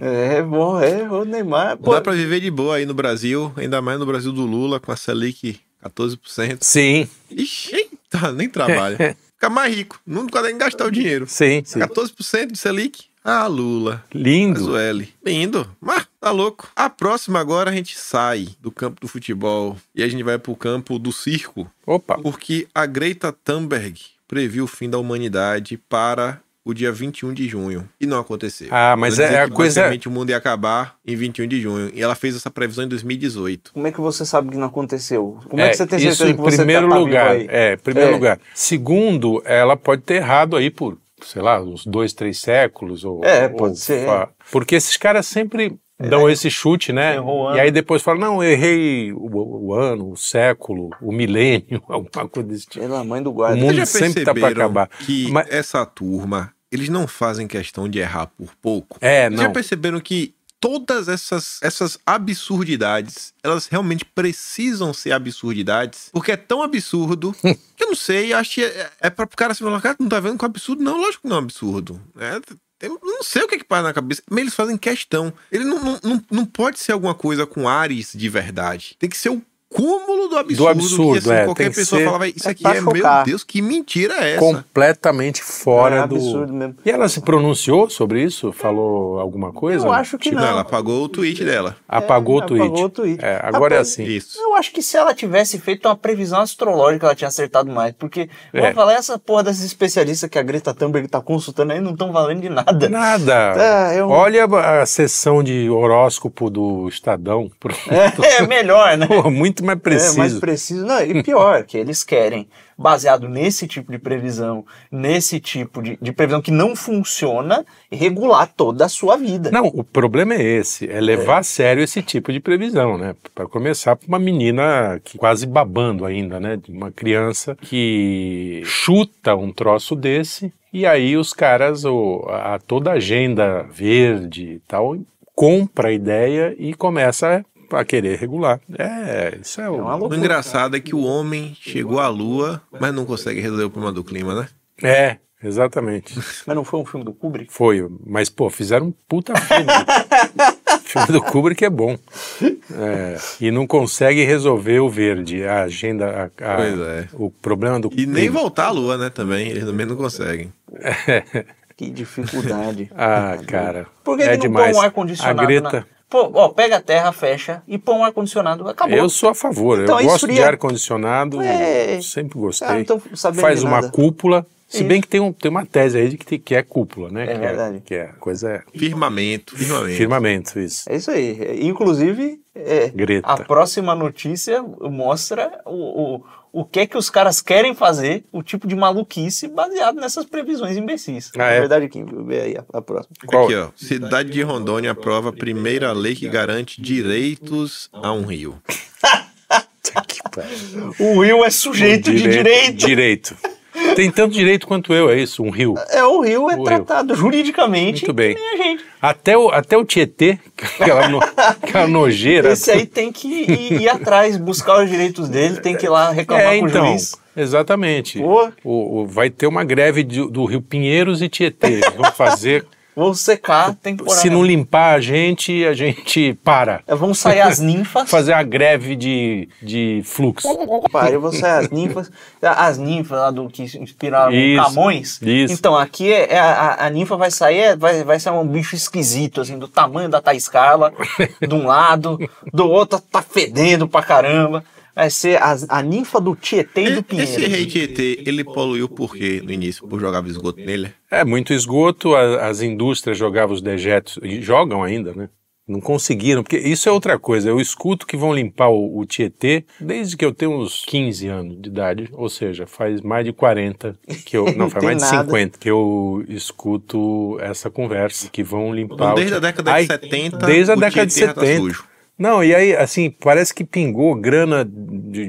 C: É bom, é, o Neymar. Pô,
A: Dá pra viver de boa aí no Brasil, ainda mais no Brasil do Lula, com a Selic 14%.
B: Sim,
A: Ixi, eita, nem
B: [LAUGHS]
A: trabalha. Fica mais rico, não consegue nem gastar o dinheiro.
B: sim, sim.
A: 14% de Selic? Ah, Lula. Mas
B: Lindo.
A: o L. Lindo. Mas tá louco. A próxima agora a gente sai do campo do futebol e a gente vai pro campo do circo,
B: Opa,
A: porque a Greta Thunberg previu o fim da humanidade para o dia 21 de junho e não aconteceu.
B: Ah, mas
A: Ela
B: é-
A: dizia
B: é a
A: que,
B: coisa-
A: basicamente, o mundo ia acabar em 21 de junho e ela fez essa previsão em 2018.
C: como é que você sabe que não aconteceu? Como é,
B: É,
C: que você tem
B: isso
C: certeza
B: em
C: que você
B: primeiro
C: tá, tá vivo
B: lugar.
C: aí?
B: É, em primeiro
C: É.
B: lugar. Segundo, ela pode ter errado aí por, sei lá, uns dois, três séculos. Ou,
C: É,
B: ou-
C: pode ser. É.
B: fa- Porque esses caras sempre dão esse chute, né?
C: Errou o ano.
B: E aí depois falam, não, eu errei o, o ano, o século, o milênio, [LAUGHS] alguma coisa desse tipo.
C: Pela mãe do
B: O
C: guarda.
B: mundo
A: Vocês já
B: sempre tá pra
A: perceberam
B: acabar.
A: Que
B: Mas-
A: essa turma, eles não fazem questão de errar por pouco.
B: É,
C: Tipo
A: Vocês já
B: não.
A: perceberam que todas essas, essas absurdidades, elas realmente precisam ser absurdidades? Porque é tão
B: [LAUGHS]
A: absurdo que eu não sei, acho que é, é pra o cara se falar, cara, não tá vendo que é um absurdo? Não, lógico que não é um absurdo. É, tem- eu não sei o que é que passa na cabeça, mas eles fazem questão. Ele não, não, não, não pode ser alguma coisa com ares de verdade. Tem que ser o cúmulo do absurdo.
B: absurdo,
A: que, assim,
B: é,
A: Qualquer
B: tem que
A: pessoa
B: ser-
A: falava, isso
C: É
A: aqui
C: pra
A: é, meu
C: chocar.
A: Deus, que mentira é essa?
B: Completamente fora
C: É
B: do.
C: absurdo mesmo.
B: E ela se pronunciou sobre isso? Falou alguma coisa?
C: Eu acho que
A: Não, Tipo, ela
C: não.
A: apagou o tweet dela.
B: Apagou
C: É,
B: o tweet.
C: apagou o tweet.
B: É, agora é
C: Rapaz,
B: assim.
A: Isso.
C: Eu acho que se ela tivesse feito uma previsão astrológica, ela tinha acertado mais. Porque,
B: É.
C: vamos falar, essa porra desses especialistas que a Greta Thunberg tá consultando aí não estão valendo de nada.
B: Nada.
C: É, eu-
B: Olha a sessão de horóscopo do Estadão. [LAUGHS] Pro-
C: [LAUGHS] É, é melhor, né?
B: Pô, muito mais preciso.
C: É, mais preciso. Não, e pior, que eles querem, baseado nesse tipo de previsão, nesse tipo de, de previsão que não funciona, regular toda a sua vida.
B: Não, o problema é esse, é levar a sério esse tipo de previsão, né? Para começar, pra uma menina que quase babando ainda, né? De Uma criança que chuta um troço desse e aí os caras, o, a toda a agenda verde e tal, compra a ideia e começa a querer regular. É, isso é, o-
C: É uma
A: O
C: loucura.
A: engraçado é que o homem chegou à lua, mas não consegue resolver o problema do clima, né?
B: É, exatamente.
C: Mas não foi um filme do Kubrick?
B: Foi, mas pô, fizeram um puta
C: [LAUGHS]
B: filme. filme do Kubrick é bom. É, e não consegue resolver o verde, a agenda, a- a-
A: Pois é.
B: o problema do
A: E nem
B: clima.
A: voltar à lua, né? Também. Eles também não conseguem.
B: [LAUGHS]
C: Que dificuldade.
B: Ah, cara.
C: Por que,
B: é
C: que não
B: demais.
C: põe um ar-condicionado?
B: A Greta,
C: na- Pô, ó, pega a terra, fecha e põe um ar-condicionado. Acabou.
B: eu sou a favor.
C: Então,
B: eu gosto de
C: esfria.
B: ar-condicionado,
C: É.
B: sempre
C: Ah,
B: gostei.
C: não tô sabendo
B: Faz
C: de
B: uma
C: nada.
B: cúpula. Se
C: Isso.
B: bem que tem, um- tem uma tese aí de que, tem- que é cúpula, né?
C: É
B: que
C: verdade.
B: que é coisa é
A: Firmamento, firmamento.
B: firmamento, isso.
C: É isso aí. É, Inclusive, é,
B: Greta.
C: a próxima notícia mostra o, o, o que é que os caras querem fazer, o tipo de maluquice baseado nessas previsões imbecis.
B: Ah,
C: Na
B: é?
C: verdade, Kim, vê aí a, a próxima.
B: Qual-
A: Aqui, ó. Cidade de Rondônia aprova a primeira lei que garante direitos a um rio.
C: É
B: Que pariu.
C: O Will é sujeito de direito.
B: Direito. Tem tanto direito quanto eu, é isso, um rio.
C: É, o Rio é
B: O Will.
C: tratado juridicamente
B: Muito bem.
C: que nem a gente.
B: Até o, até o Tietê, [LAUGHS] aquela, no, aquela nojeira.
C: Esse aí tem que ir, ir atrás, buscar os direitos dele, tem que ir lá reclamar
B: é,
C: com o
B: então.
C: juiz.
B: Exatamente.
C: Pô.
B: O, o- vai ter uma greve de- do Rio Pinheiros e Tietê. Eles
C: [LAUGHS]
B: Vão fazer.
C: Vão secar temporariamente.
B: se não limpar a gente, a gente para.
C: É, Vão sair as ninfas.
B: Fazer a greve de, de fluxo.
C: Pare, você as ninfas. As ninfas lá do que inspiraram
B: Isso,
C: Camões.
B: isso.
C: Então, aqui é, é a, a- a ninfa vai sair, é- vai, vai ser um bicho esquisito, assim, do tamanho da Taiscala, de um lado, do outro tá fedendo pra caramba. Vai ser as- a ninfa do Tietê e do
A: Esse rei
C: Pinheiro.
A: Tietê, ele poluiu por quê no início? Por jogar esgoto nele?
B: É, muito esgoto, a- as indústrias jogavam os dejetos, e jogam ainda, né? Não conseguiram, porque isso é outra coisa. Eu escuto que vão limpar o, o Tietê desde que eu tenho uns 15 anos de idade, ou seja, faz mais de 40 que eu.
C: [LAUGHS]
B: Não, faz
C: Tem
B: mais de
C: nada.
B: 50 que eu escuto essa conversa, que vão
A: Então,
B: limpar. o
A: Desde a
B: Tietê.
A: década de
B: Ai,
A: 70,
B: Desde a
A: o
B: década de
A: Tietê já tá
B: 70.
A: sujo.
B: Não, e aí, assim, parece que pingou grana de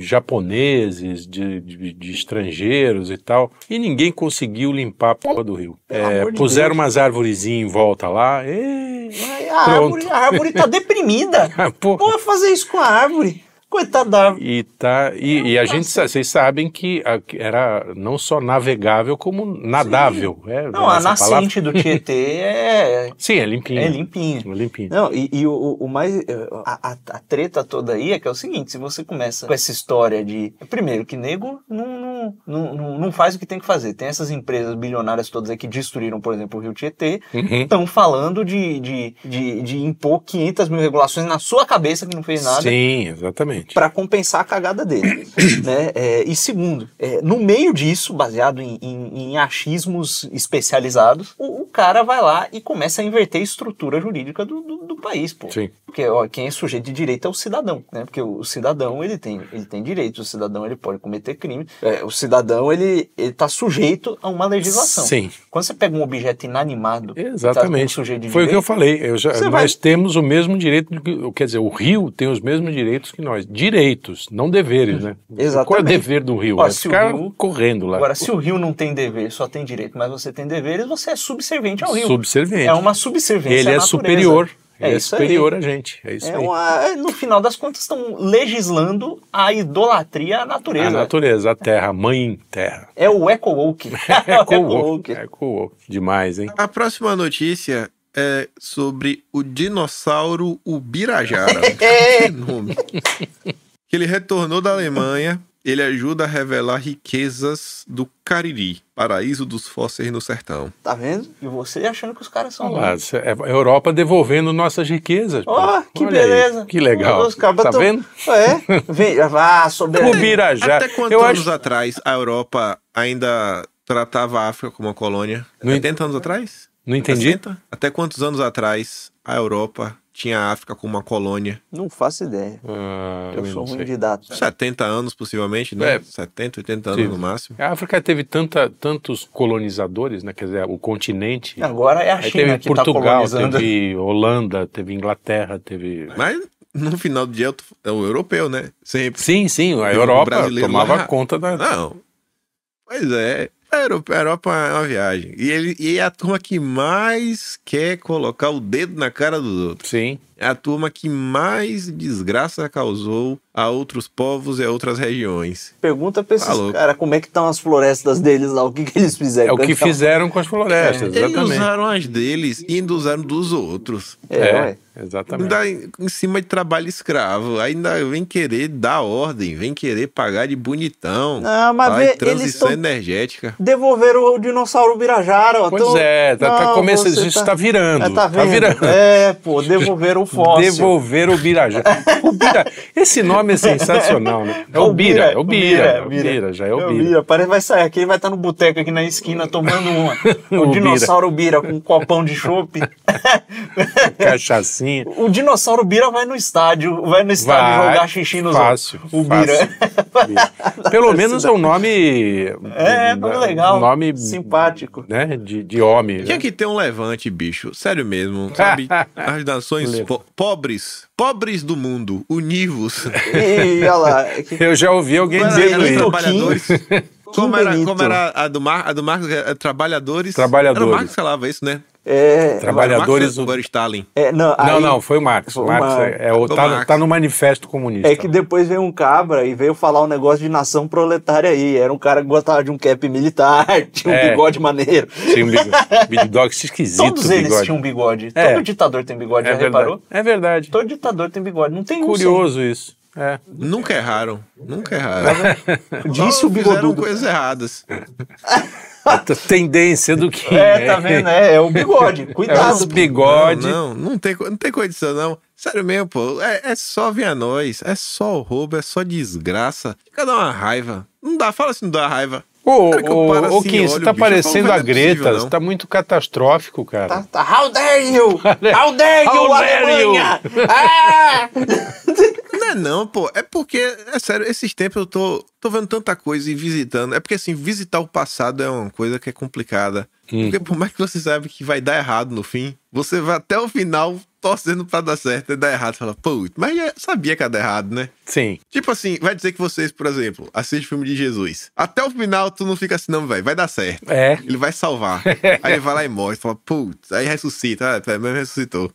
B: japoneses, de, de, de estrangeiros e tal, e ninguém conseguiu limpar a porra do rio.
C: Pelo
B: É,
C: amor de
B: puseram
C: Deus.
B: umas arvorezinhas em volta lá, e...
C: Ai, A árvore, a árvore tá deprimida.
B: porra.
C: Como vai fazer isso com a árvore? Coitada da árvore.
B: E, tá, e, e a gente, sa- vocês sabem que a- que era não só navegável, como nadável. É,
C: Não, a
B: essa palavra-
C: nascente do Tietê é,
B: Sim, é limpinho.
C: é limpinha.
B: Limpinho.
C: Não, e, e o, o- o mais. eh, A, a- a treta toda aí é que é o seguinte: se você começa com essa história de. Primeiro, que nego não, não, não, não- não faz o que tem que fazer. Tem essas empresas bilionárias todas aí que destruíram, por exemplo, o Rio Tietê.
B: Uhum.
C: Estão falando de, de, de, de impor 500 mil regulações na sua cabeça que não fez nada.
B: Sim, exatamente.
C: para compensar a cagada dele. né? É, e segundo, é, no meio disso, baseado em, em- em achismos especializados, o, o cara vai lá e começa a inverter a estrutura jurídica do, do- do país, pô.
B: Sim.
C: Porque ó, quem é sujeito de direito é o cidadão, né? Porque o, o cidadão ele tem, ele tem direitos, o cidadão ele pode cometer crime, É, o cidadão ele está sujeito a uma legislação.
B: Sim.
C: Quando você pega um objeto inanimado, e tá como
B: Exatamente.
C: sujeito de
B: Foi o que eu
C: direito,
B: falei. eu já-
C: Você
B: nós
C: vai-
B: temos o mesmo direito, do que- quer dizer, o Rio tem os mesmos direitos que nós. Direitos, não deveres, né?
C: Exatamente.
B: Qual é o dever do Rio?
C: Ó,
B: é
C: se o
B: ficar
C: Rio-
B: correndo lá.
C: Agora, se o rio não tem dever, só tem direito, mas você tem deveres, você é subserviente ao rio.
B: Subserviente.
C: É uma subserviência.
B: Ele
C: à
B: é
C: natureza.
B: superior.
C: É
B: ele é
C: isso aí.
B: superior a gente. É isso
C: É
B: aí.
C: uma- é, no final das contas, estão legislando a idolatria à natureza.
B: A natureza, a terra, a mãe terra.
C: É o
B: [LAUGHS]
C: eco-woke. [LAUGHS]
B: É
C: o
B: cool.
C: eco-woke.
B: É cool. Demais, hein?
A: A próxima notícia é sobre o dinossauro
B: [LAUGHS]
A: Ubirajara.
B: É.
A: Que nome. Que ele retornou da Alemanha. Ele ajuda a revelar riquezas do Cariri, paraíso dos fósseis no sertão.
C: Tá vendo? E você achando que os caras são...
B: Olha lá, cê- é a Europa devolvendo nossas riquezas. pô.
C: Ó, que
B: Olha aí,
C: beleza.
B: que legal.
C: Os caras
B: tá
C: tão-
B: vendo?
C: É.
B: [LAUGHS]
C: Vem, ah, soberano.
B: Ubirajá.
A: Até quantos
B: Eu
A: anos
B: acho
A: atrás a Europa ainda tratava a África como uma colônia?
B: Não en-
A: 70 anos atrás?
B: Não entendi.
A: 60? Até quantos anos atrás a Europa tinha a África como uma colônia?
C: Não faço ideia.
B: Ah,
C: Eu
B: não
C: sou ruim
B: sei.
C: de dados.
A: 70 anos, possivelmente, né?
B: É.
A: 70, 80 anos
B: Sim.
A: no máximo.
B: A África teve tanta, tantos colonizadores, né? Quer dizer, o continente.
C: Agora é a
B: Aí
C: China
B: teve
C: que tá
B: Portugal,
C: colonizando.
B: teve Holanda, teve Inglaterra, teve.
A: Mas no final do dia eu tô- é o europeu, né? Sempre.
B: Sim, sim, a
A: Teve um
B: Europa
A: brasileiro
B: tomava
A: lá.
B: conta da.
A: Não. Pois é. A Europa, a Europa é uma viagem. E, ele, e é a turma que mais quer colocar o dedo na cara dos outros.
B: Sim.
A: é a turma que mais desgraça causou a outros povos e a outras regiões.
C: Pergunta pra
A: Tá
C: esses
A: louco.
C: caras como é que estão as florestas deles lá, o que, que eles fizeram.
B: É o que
C: Então,
B: fizeram com as florestas,
A: Eles
B: exatamente.
A: usaram as deles e ainda usaram dos outros.
C: É, ué.
B: exatamente.
A: Ainda em em cima de trabalho escravo, ainda vem querer dar ordem, vem querer pagar de bonitão.
C: Não, mas
A: Vai,
C: vê, eles
A: transição
C: estão
A: energética.
C: devolveram o dinossauro Birajara. Ó.
B: Pois
C: Tão-
B: é, tá, tá
C: Não,
B: começando,
C: você
B: isso está virando.
C: É,
B: Está
C: tá vendo?
B: virando.
C: É,
B: [LAUGHS]
C: pô, devolveram o fóssil.
B: Devolver o Birajá. O Bira, esse nome é sensacional, né? É o Bira, é o Bira, é o Bira, já é o Bira.
C: Parece que vai sair aqui, ele vai estar no boteco aqui na esquina tomando
B: [LAUGHS]
C: uma.
B: O
C: O,
B: Bira.
C: dinossauro Bira com um copão
B: [LAUGHS]
C: de chope.
B: Cachacinha.
C: o dinossauro Bira vai no estádio, vai no estádio
B: Vai,
C: jogar xixi nos
B: fácil,
C: outros. O Bira.
B: Bira. Pelo menos é um nome.
C: [LAUGHS]
B: né, um
C: É, nome legal.
B: Nome [LAUGHS]
C: Simpático.
B: né, de, de homem. né?
A: Tinha que ter um levante, bicho. Sério mesmo.
B: [LAUGHS]
A: Sabe? As nações po- pobres, pobres do mundo,
B: [LAUGHS]
A: univos.
C: E olha lá. é que-
B: Eu já ouvi alguém
A: Mas
B: dizendo
A: eram
C: Benito.
B: isso.
A: trabalhadores. [LAUGHS] Como era,
C: Benito.
A: como era a do, Mar, a do Marcos? é, Trabalhadores.
B: Trabalhadores.
A: Era o Marcos que falava isso, né?
C: É,
B: Trabalhadores.
A: Marx agora Stalin.
C: é, não,
B: Não,
C: aí-
B: não, foi o Marx.
C: Foi o
B: Marx
C: Marx.
B: é, é o-
A: Foi o
B: tá,
A: Marx.
B: tá no manifesto comunista.
C: É que depois veio um cabra e veio falar um negócio de nação proletária aí. Era um cara que gostava de um cap militar, [LAUGHS] tinha um
B: É.
C: bigode maneiro.
B: Tinha um
C: [LAUGHS]
B: bigode, bigode esquisito.
C: Todos eles
B: bigode.
C: tinham bigode.
B: É.
C: Todo ditador tem bigode,
B: é
C: já
B: verdade.
C: reparou?
B: É verdade.
C: Todo ditador tem bigode. Não tem um
B: Curioso isso. É.
A: Nunca erraram. Nunca erraram.
C: sem.
A: Só
C: Disse o
A: Fizeram
C: bigodudo.
A: coisas erradas.
B: A t- tendência do que.
C: [LAUGHS] É, tá vendo? É, é o bigode.
B: [LAUGHS] É os
C: Cuidado.
B: bigode.
A: Não, não, não tem, co- não tem condição, não. Sério mesmo, pô. É, é só vir a nós. É só o roubo, é só desgraça. Fica dando uma raiva. Não dá, fala se não dá raiva.
B: Ô,
A: Cara, que eu
B: ô,
A: paro
B: ô,
A: assim,
B: Kim,
A: olho
B: você
A: o bicho
B: tá
A: e falo,
B: parecendo
A: "Não
B: a
A: é possível,
B: Greta,
A: não."
B: você tá muito catastrófico, cara.
C: Tá, tá. How
B: [LAUGHS]
C: dare you? How dare you,
B: How dare
C: Alemanha? Ah!
A: Não é não, pô. É porque, é sério, esses tempos eu tô, tô vendo tanta coisa e visitando. É porque, assim, visitar o passado é uma coisa
B: Hum.
A: que é complicada. Porque por mais que você saiba que vai dar errado no fim, você vai até o final torcendo pra dar certo e dar errado. Fala, pô, mas já sabia que ia dar errado, né?
B: Sim.
A: Tipo assim, vai dizer que vocês, por exemplo, assistem filme de Jesus. Até o final tu não fica assim, não, velho. Vai dar certo.
B: É.
A: Ele vai
B: [LAUGHS]
A: salvar. aí ele vai lá e morre. Fala, putz, aí ressuscita. Ah, pelo menos ressuscitou.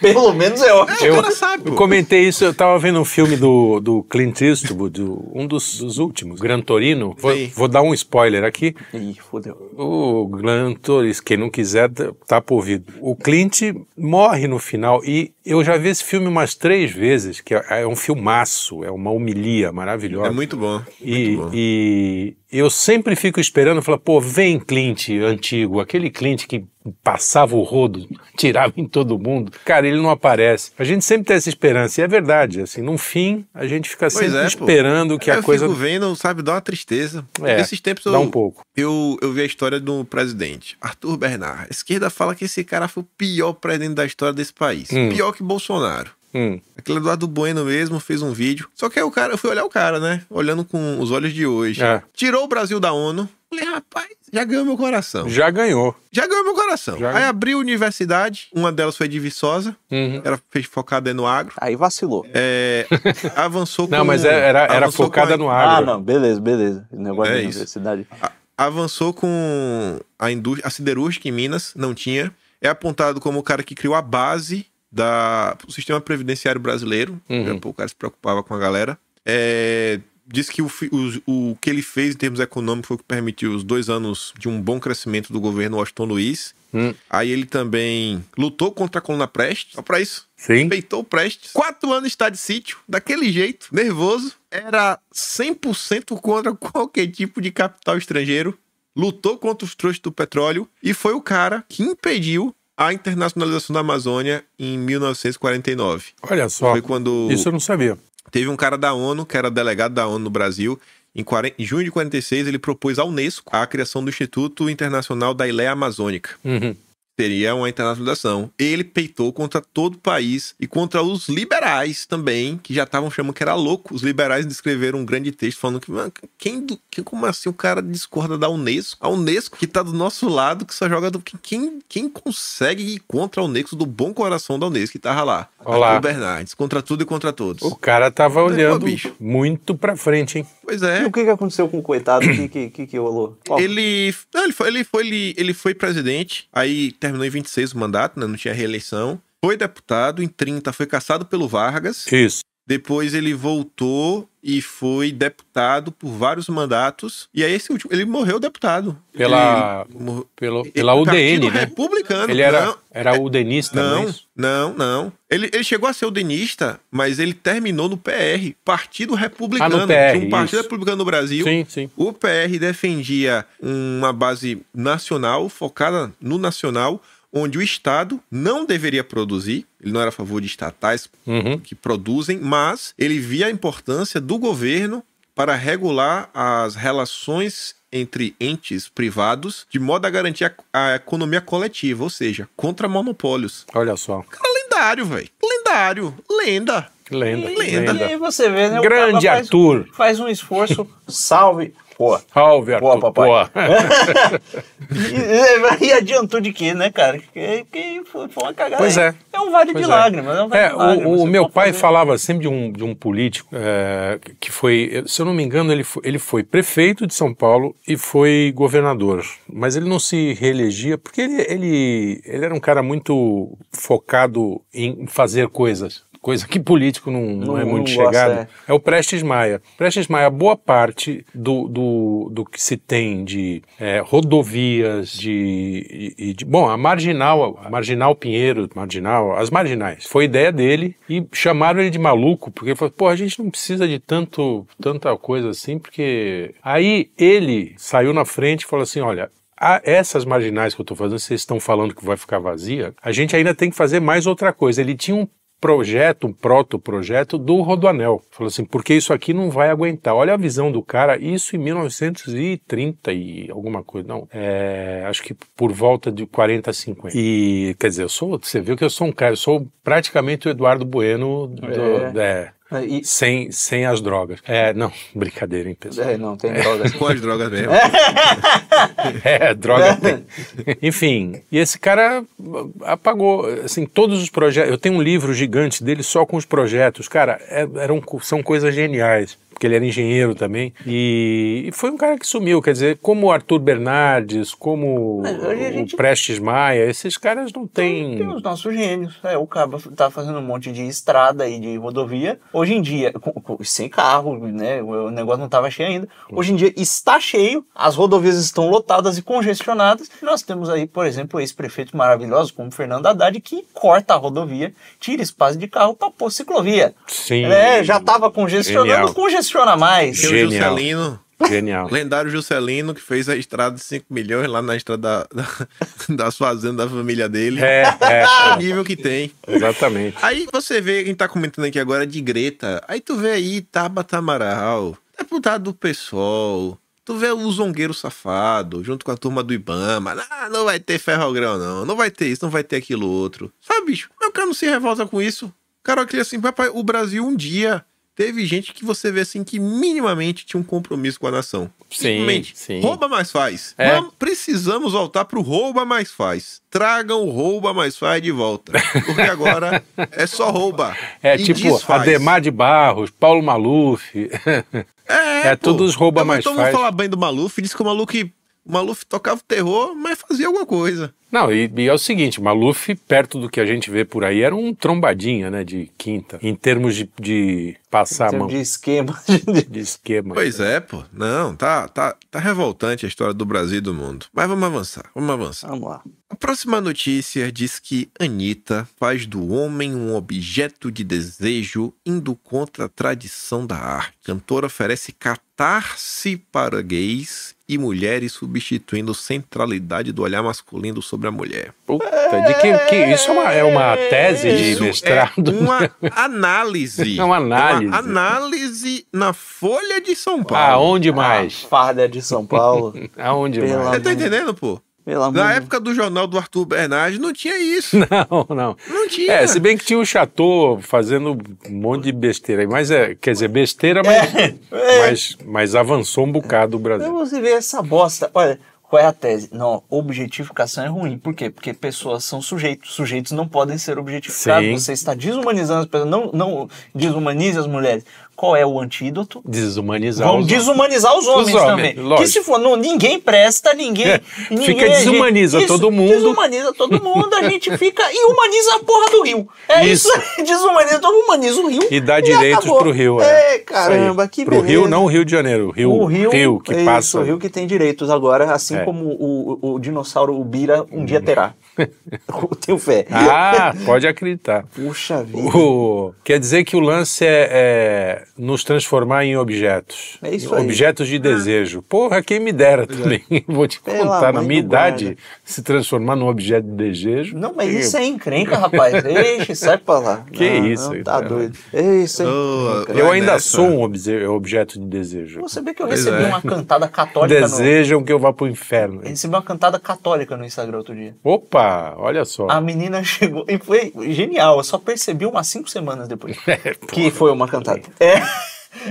C: Pelo menos [LAUGHS] é ótimo.
A: É, o cara sabe,
B: Eu
A: pô.
B: comentei isso, eu tava vendo um filme do, do Clint Eastwood, do- um dos, dos últimos, Gran Torino. Vou,
A: Sim.
B: vou dar um spoiler aqui.
C: Ih, fodeu.
B: O Gran Torino, quem não quiser, tá- tá por ouvido. O Clint morre no final e eu já vi esse filme umas três vezes, que é, é um filmaço, é uma homilia maravilhosa.
A: É muito bom.
B: E,
A: muito bom.
B: e eu sempre fico esperando, falo, pô, vem Clint antigo, aquele Clint que passava o rodo, [LAUGHS] tirava em todo mundo. Cara, ele não aparece. A gente sempre tem essa esperança, e é verdade, assim, num fim, a gente fica sempre
A: é, pô.
B: esperando que
A: Aí
B: a
A: eu
B: coisa...
A: fico vendo, sabe, dá uma tristeza.
B: É,
A: Esses tempos eu,
B: Dá um pouco.
A: eu, eu vi a história do presidente, Arthur Bernard. A esquerda fala que esse cara foi o pior presidente da história desse país.
B: Hum.
A: Pior que Bolsonaro.
B: Hum,
A: Aquele Eduardo Bueno mesmo fez um vídeo. Só que aí o cara, eu fui olhar o cara, né? Olhando com os olhos de hoje.
B: É.
A: Tirou o Brasil da ONU. Falei, rapaz, já ganhou meu coração.
B: já ganhou.
A: Já ganhou meu coração.
B: Já-
A: Aí abriu universidade, uma delas foi de Viçosa,
B: Uhum.
A: era fe- focada no agro.
C: Aí vacilou.
A: É, [LAUGHS] avançou com,
B: Não, mas é, era, era- era
A: avançou com
B: focada
A: a-
B: no
C: Ah,
B: agro.
C: não, beleza, beleza. O negócio
A: É
C: da
A: isso.
C: universidade.
A: a- avançou com a indústria, a siderúrgica em Minas, não tinha. É apontado como o cara que criou a base da do sistema previdenciário brasileiro. É,
B: Uhum.
A: Pô, O cara se preocupava com a galera. É, diz que o, fi- os- o que ele fez em termos econômicos foi o que permitiu os dois anos de um bom crescimento do governo Washington Luiz.
B: Hum.
A: Aí ele também lutou contra a coluna Prestes, só pra isso.
B: Sim.
A: Peitou o Prestes. Quatro anos está de sítio, daquele jeito, nervoso. Era 100% contra qualquer tipo de capital estrangeiro. Lutou contra os trouxas do petróleo. E foi o cara que impediu a internacionalização da Amazônia em 1949.
B: Olha só,
A: foi quando
B: isso eu não sabia.
A: teve um cara da ONU, que era delegado da ONU no Brasil. Em 40 em junho de 46, ele propôs à Unesco a criação do Instituto Internacional da Ilha Amazônica
B: Uhum.
A: teria uma internacionalização. Ele peitou contra todo o país e contra os liberais também, que já estavam chamando que era louco. Os liberais descreveram um grande texto falando que, "Mano, quem do, que- como assim o cara discorda da Unesco? A Unesco que tá do nosso lado, que só joga do que- quem, quem consegue ir contra a Unesco do bom coração da Unesco que tava lá.
B: Olá.
A: Arthur Bernardes, contra tudo e contra todos.
B: O cara tava olhando
A: bicho.
B: muito pra frente, hein?
A: Pois
C: E
A: é.
C: o que, que aconteceu com o coitado? O que, que, que, que rolou? Ó,
A: Ele, não, ele, foi, ele, foi, ele, ele foi presidente, aí terminou em 26 o mandato, né, não tinha reeleição. Foi deputado em 30, foi caçado pelo Vargas.
B: Isso.
A: Depois ele voltou e foi deputado por vários mandatos. E aí esse último, ele morreu deputado.
B: Pela,
A: Ele tá morreu-
B: pelo, pela
A: Partido
B: UDN, né?
A: Republicano.
B: Ele era,
A: Não,
B: era udenista, não é
A: não,
B: isso?
A: não, não. Ele, ele chegou a ser o denista, mas ele terminou no PR,
B: Ah,
A: Partido Republicano.
B: PR,
A: Tinha um Partido
B: isso.
A: Republicano no Brasil.
B: Sim, sim.
A: O PR defendia uma base nacional, focada no nacional, onde o Estado não deveria produzir, ele não era a favor de estatais
B: Uhum.
A: que produzem, mas ele via a importância do governo para regular as relações entre entes privados, de modo a garantir a, a economia coletiva, ou seja, contra monopólios.
B: Olha só.
A: Cara, lendário, velho. Lendário.
B: [LAUGHS]
A: Lenda.
B: Que lenda.
A: E-
B: que lenda.
A: e
C: E aí você vê, né? o
B: Grande
C: cara faz-
B: Arthur.
C: Faz
B: [LAUGHS]
C: um esforço, salve. Pô.
B: Salve,
C: Boa,
B: Arthur.
C: papai.
B: Boa.
C: [LAUGHS] E, e adiantou de quê, né, cara? Que, que foi foi uma cagada.
B: Pois é.
C: É um vale
B: Pois
C: de
B: é.
C: lágrimas. É, um vale
B: É,
C: de
B: o- o,
C: lágrimas. Você
B: meu
C: pode
B: pai
C: fazer-
B: falava sempre de um, de um político é, que foi, se eu não me engano, ele foi, ele foi prefeito de São Paulo e foi governador. Mas ele não se reelegia porque ele, ele, ele era um cara muito focado em fazer coisas. Coisa que político não, não,
C: Não-
B: é muito
C: não gosta,
B: chegado.
C: é.
B: É o Prestes Maia. Prestes Maia, boa parte do, do, do que se tem de eh, rodovias, de, e- e de- Bom, a marginal, a marginal Pinheiro, marginal, as marginais. Foi ideia dele e chamaram ele de maluco, porque ele falou, pô, a gente não precisa de tanto, tanta coisa assim, porque. Aí ele saiu na frente e falou assim: olha. a- essas marginais que eu estou fazendo, vocês estão falando que vai ficar vazia, a gente ainda tem que fazer mais outra coisa. Ele tinha um projeto, um proto-projeto do Rodoanel. Falou assim, porque isso aqui não vai aguentar. Olha a visão do cara, isso em 1930 e alguma coisa, não. É, acho que por volta de 40, 50. E, quer dizer, eu sou, você viu que eu sou um cara, eu sou praticamente o Eduardo Bueno do,
C: É.
B: é,
C: É, e-
B: Sem, sem as drogas. É, não, [LAUGHS] brincadeira, hein, pessoal?
C: É, não, tem [LAUGHS] drogas.
A: Com as drogas mesmo.
B: [LAUGHS] É, droga tem. Enfim, e esse cara apagou, assim, todos os projetos. Eu tenho um livro gigante dele só com os projetos. Cara, é- eram, co- são coisas geniais. Porque ele era engenheiro também. E, e foi um cara que sumiu. Quer dizer, como o Arthur Bernardes, como
C: Mas hoje a
B: o
C: gente-
B: Prestes Maia, esses caras não têm.
C: Tem os nossos gênios. É, o cara tá fazendo um monte de estrada e de rodovia. Hoje em dia, com- com- sem carro, né? O o negócio não estava cheio ainda. Hoje em dia está cheio, as rodovias estão lotadas e congestionadas. Nós temos aí, por exemplo, ex-prefeitos maravilhosos como Fernando Haddad, que corta a rodovia, tira espaço de carro para pôr ciclovia.
B: Sim.
C: É, já estava congestionando,
B: Genial.
C: congestiona mais.
A: Tem o
B: Genial.
A: Juscelino,
C: tá.
B: Genial.
A: lendário Juscelino, que fez a estrada de 5 milhões lá na estrada da, da, [LAUGHS] das fazendas da família dele.
B: É, é,
A: É o nível que tem.
B: é, exatamente.
A: Aí você vê quem tá comentando aqui agora de Greta. Aí tu vê aí Tabata Amaral, deputado do PSOL. Tu vê o zongueiro safado, junto com a turma do Ibama. Ah, não vai ter ferrogrão, não. Não vai ter isso, não vai ter aquilo outro. Sabe, bicho? Mas o cara não se revolta com isso. O cara olha assim, papai, o Brasil um dia teve gente que você vê assim que minimamente tinha um compromisso com a nação.
B: Sim,
A: Simplesmente,
B: sim.
A: Rouba mais faz.
B: É.
A: Vamos- precisamos voltar pro rouba mais faz. Tragam o rouba mais faz de volta. Porque agora é só rouba.
B: É
A: E
B: tipo
A: desfaz.
B: Ademar de Barros, Paulo Maluf. [LAUGHS]
A: É,
B: é
A: pô.
B: tudo os rouba
A: Então,
B: mais
A: Então
B: faz.
A: vamos falar bem do Maluf. Diz que o Maluf, o Maluf tocava o terror, mas fazia alguma coisa.
B: Não, e, e é o seguinte, Maluf, perto do que a gente vê por aí, era um trombadinha, né, de quinta, em termos de, de passar a
C: Tem
B: mão
C: tipo de esquema. [LAUGHS] de-
B: de esquema.
A: Pois é, pô. Não, tá, tá, tá revoltante a história do Brasil e do mundo. Mas vamos avançar, vamos avançar.
C: Vamos lá.
A: A próxima notícia diz que Anitta faz do homem um objeto de desejo, indo contra a tradição da arte. Cantora oferece catarse para gays e mulheres, substituindo centralidade do olhar masculino sobre a mulher.
B: Puta, de que, que- isso é uma, é uma tese de
A: Isso
B: mestrado. [LAUGHS]
A: é uma análise.
B: É uma análise. Ah,
A: Uma análise na Folha de São Paulo.
B: Aonde
C: A
B: mais?
C: farda de
B: [LAUGHS]
C: São Paulo.
B: Aonde
C: Ah, Pela-
B: mais? [LAUGHS]
A: Você tá entendendo, pô?
C: Pelo amor
A: Na
C: de
A: época do jornal do Arthur Bernardes não tinha isso.
B: Não, não.
A: Não tinha.
B: É, se bem que tinha o Chateau fazendo um monte de besteira aí, mas é, quer dizer, besteira, mas, mas, mas avançou um bocado o
C: Então
B: Brasil.
C: você vê essa bosta. Olha, qual é a tese? Não, objetificação é ruim. Por quê? Porque pessoas são sujeitos. Sujeitos não podem ser objetificados.
B: Sim.
C: Você está desumanizando as pessoas. Não, não desumanize as mulheres. Qual é o antídoto?
B: Desumanizar
C: Vão
B: os-
C: desumanizar os homens,
B: homens,
C: também.
B: lógico.
C: Que se for, não, ninguém presta, ninguém.
B: É,
C: ninguém
B: fica
C: é gente.
B: desumaniza
C: Isso,
B: todo mundo.
C: Desumaniza todo mundo, a gente fica. E humaniza a porra do rio. É isso. [LAUGHS] desumaniza, então humaniza o rio.
B: E dá direitos
C: acabou.
B: pro Rio.
C: É,
B: Isso
C: caramba,
B: aí.
C: que
B: Pro Rio,
C: beleza.
B: não o Rio de Janeiro. o Rio,
C: o rio,
B: que
C: é isso,
B: passa.
C: o rio que tem direitos agora, assim
B: É. Uhum.
C: como o, o- o dinossauro Ubira um
B: [LAUGHS]
C: dia terá. Eu tenho fé.
B: Ah, pode acreditar.
C: Puxa vida.
B: O- quer dizer que o lance é, é nos transformar em objetos.
C: É isso aí.
B: Objetos de desejo. Porra, quem me dera também. [LAUGHS] Vou te
C: Pela
B: contar, na
C: mãe
B: minha
C: do
B: idade,
C: guarda.
B: se transformar num objeto de desejo.
C: Não, mas isso é encrenca, rapaz. Ixi, sai pra lá.
B: [LAUGHS] Que
C: Não,
B: isso, então.
C: Não, tá
B: cara.
C: doido. Isso é
A: Ô,
C: encrenca.
A: eu-
B: Eu ainda
A: nessa.
B: sou um obje- objeto de desejo.
C: Você vê que eu
A: Pois
C: recebi
A: é.
C: uma cantada católica no...
B: Desejam que eu vá pro inferno.
C: Eu recebi uma cantada católica no Instagram outro dia.
B: Opa, olha só.
C: A menina [LAUGHS] chegou e foi genial. Eu só percebi umas cinco
B: [LAUGHS]
C: semanas depois
B: É,
C: que foi uma cantada. É. [LAUGHS]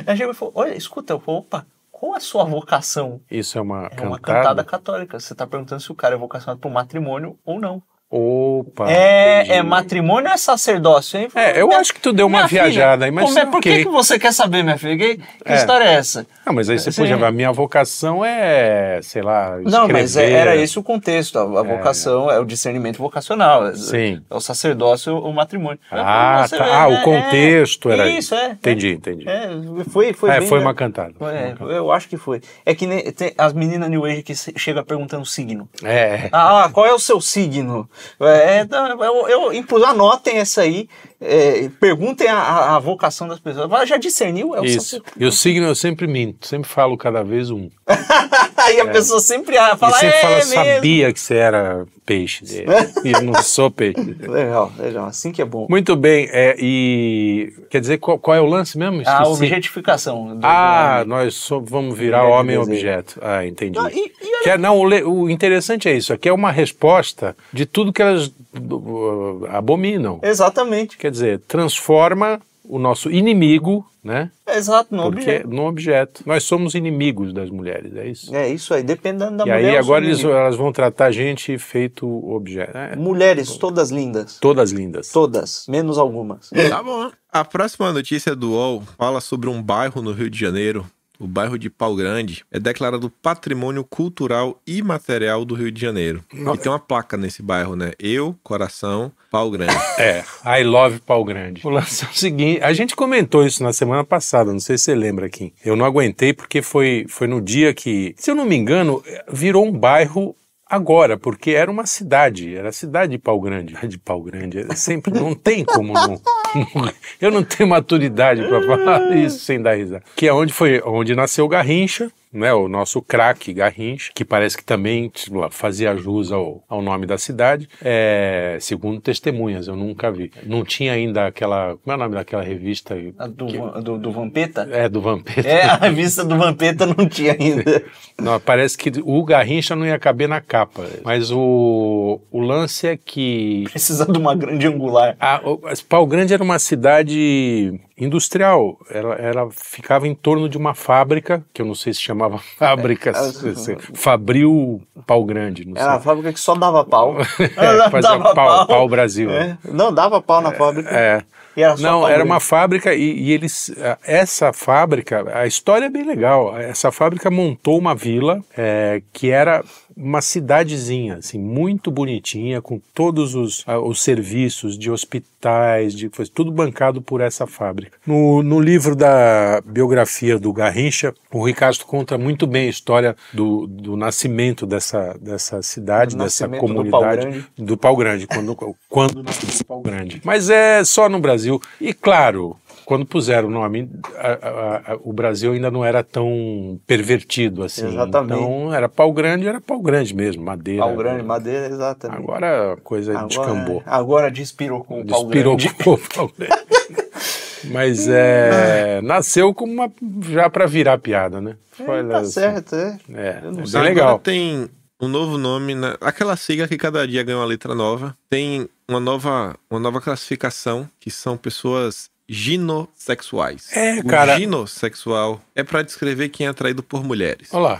C: Ela chegou e falou: Olha, escuta, eu falei, opa, qual a sua vocação?
B: Isso é uma,
C: É
B: cantada.
C: uma cantada católica. Você tá perguntando se o cara é vocacionado pro matrimônio ou não.
B: Opa. Ah, entendi.
C: é, é matrimônio ou é sacerdócio, hein?
B: É, eu
C: Minha-
B: acho que tu deu uma
C: minha filha,
B: viajada aí, mas
C: como é-
B: sabe
C: por
B: que-
C: que, que você quer saber, minha filha? Que, que
B: É.
C: história é essa?
B: Ah, mas aí você
C: Sim.
B: podia falar, minha vocação é, sei lá, escrever.
C: Não, mas é- era esse o contexto. A, a vocação é o discernimento vocacional. é-
B: Sim.
C: É o sacerdócio ou o matrimônio. Eu falei,
B: Ah,
C: "Nossa,
B: tá.
C: é-
B: Ah,
C: é-
B: o contexto
C: é,
B: era
C: Isso, é.
B: Entendi, entendi. É,
C: É, foi, foi bem-
B: foi uma cantada. foi uma
C: É,
B: cantada.
C: eu acho que foi. É que nem, tem as meninas New Age que se- chega perguntando signo.
B: É.
C: Ah, ah, qual é o seu signo? É, não, eu, eu, inclu- anotem essa aí, é, perguntem a, a- a vocação das pessoas. Vai, Já discerniu? É o
B: Isso.
C: seu-
B: E o signo eu sempre minto, sempre falo cada vez um.
C: [LAUGHS] aí a pessoa sempre ah,
B: E
C: fala,
B: É. sempre
C: é
B: fala,
C: mesmo.
B: sabia que você era peixe.
C: [LAUGHS]
B: E eu não sou peixe.
C: Legal, legal, assim que é bom.
B: Muito bem, é, e quer dizer, qual, qual é o lance mesmo?
C: A
B: Esqueci.
C: objetificação. do-
B: Ah,
C: do-
B: nós so- vamos virar
C: Mulher de
B: homem
C: desejo.
B: objeto. Ah, entendi.
C: Não, e- e olha-
B: Que é- não, o, le- o interessante é isso. Aqui é uma resposta de tudo que elas uh, abominam.
C: É. Exatamente.
B: Quer dizer, transforma o nosso inimigo, né?
C: Exato, no
B: Porque
C: objeto.
B: no objeto. Nós somos inimigos das mulheres, é isso?
C: É isso aí, dependendo da
B: e
C: mulher.
B: aí
C: eu sou
B: agora eles-
C: inimigo.
B: elas vão tratar a gente feito objeto. É,
C: Mulheres, todas lindas.
B: todas lindas.
C: Todas,
B: [LAUGHS]
C: menos algumas.
A: Tá bom. A próxima notícia do UOL fala sobre um bairro no Rio de Janeiro. O bairro de Pau Grande é declarado patrimônio cultural e material do Rio de Janeiro.
B: Não.
A: E tem uma placa nesse bairro, né? Eu, coração, pau
B: [LAUGHS]
A: grande.
B: É, I love pau grande. O lance é o seguinte, a gente comentou isso na semana passada, não sei se você lembra aqui. Eu não aguentei porque foi, foi no dia que, se eu não me engano, virou um bairro agora, porque era uma cidade, era a cidade de pau grande. De pau grande, é sempre não tem como não. não- eu não tenho maturidade para [LAUGHS] falar isso sem dar risada. Que é onde foi, onde nasceu o Garrincha. Né, o nosso craque Garrincha, que parece que também sei lá, fazia jus ao, ao nome da cidade, é, segundo testemunhas, eu nunca vi. Não tinha ainda aquela. Como é o nome daquela revista? aí?
C: A Do, do, do Vampeta?
B: É, do Vampeta.
C: É, a revista do Vampeta não tinha ainda.
B: Não, parece que o Garrincha não ia caber na capa. Mas o, o lance é que.
C: Precisa de uma grande angular.
B: A, o- as- Pau Grande era uma cidade industrial. Ela, ela ficava em torno de uma fábrica, que eu não sei se chamava [LAUGHS] fábrica.
C: ah,
B: se- se- Fabril Pau Grande, não sei.
C: Era a fábrica que só dava pau.
B: [LAUGHS]
C: [LAUGHS]
B: É, fazia pau, pau, Brasil.
C: É, Não, dava pau na fábrica.
B: É.
C: E era só
B: Não,
C: pau
B: era
C: grande.
B: uma fábrica e, e eles. a- Essa fábrica, a história é bem legal. Essa fábrica montou uma vila é, que era uma cidadezinha, assim, muito bonitinha, com todos os, ah, os serviços de hospitais, de foi tudo bancado por essa fábrica. No, no livro da biografia do Garrincha, o Ricardo conta muito bem a história do, do nascimento dessa, dessa cidade,
C: Do
B: dessa
C: nascimento do Pau Grande.
B: comunidade do pau grande, quando, quando nasceu o pau grande. Mas é só no Brasil. E claro, quando puseram o nome, a- a- a- o Brasil ainda não era tão pervertido assim.
C: Exatamente.
B: Então era pau grande, era pau grande mesmo, madeira.
C: Pau grande, madeira, exatamente.
B: Agora a coisa descambou.
C: agora despirou com o é um pau
B: Despirou
C: grande.
B: com o pau grande. [LAUGHS] Mas é, nasceu como uma. já para virar piada, né?
C: É, tá
B: assim,
C: certo, é.
B: É,
C: Eu não
B: é
C: sei.
A: Agora
B: bem legal.
A: tem um novo nome, na... aquela sigla que cada dia ganha uma letra nova. Tem uma nova, uma nova classificação, que são pessoas ginossexuais.
B: É,
A: O
B: cara.
A: ginossexual é pra descrever quem é atraído por mulheres.
B: Olha lá.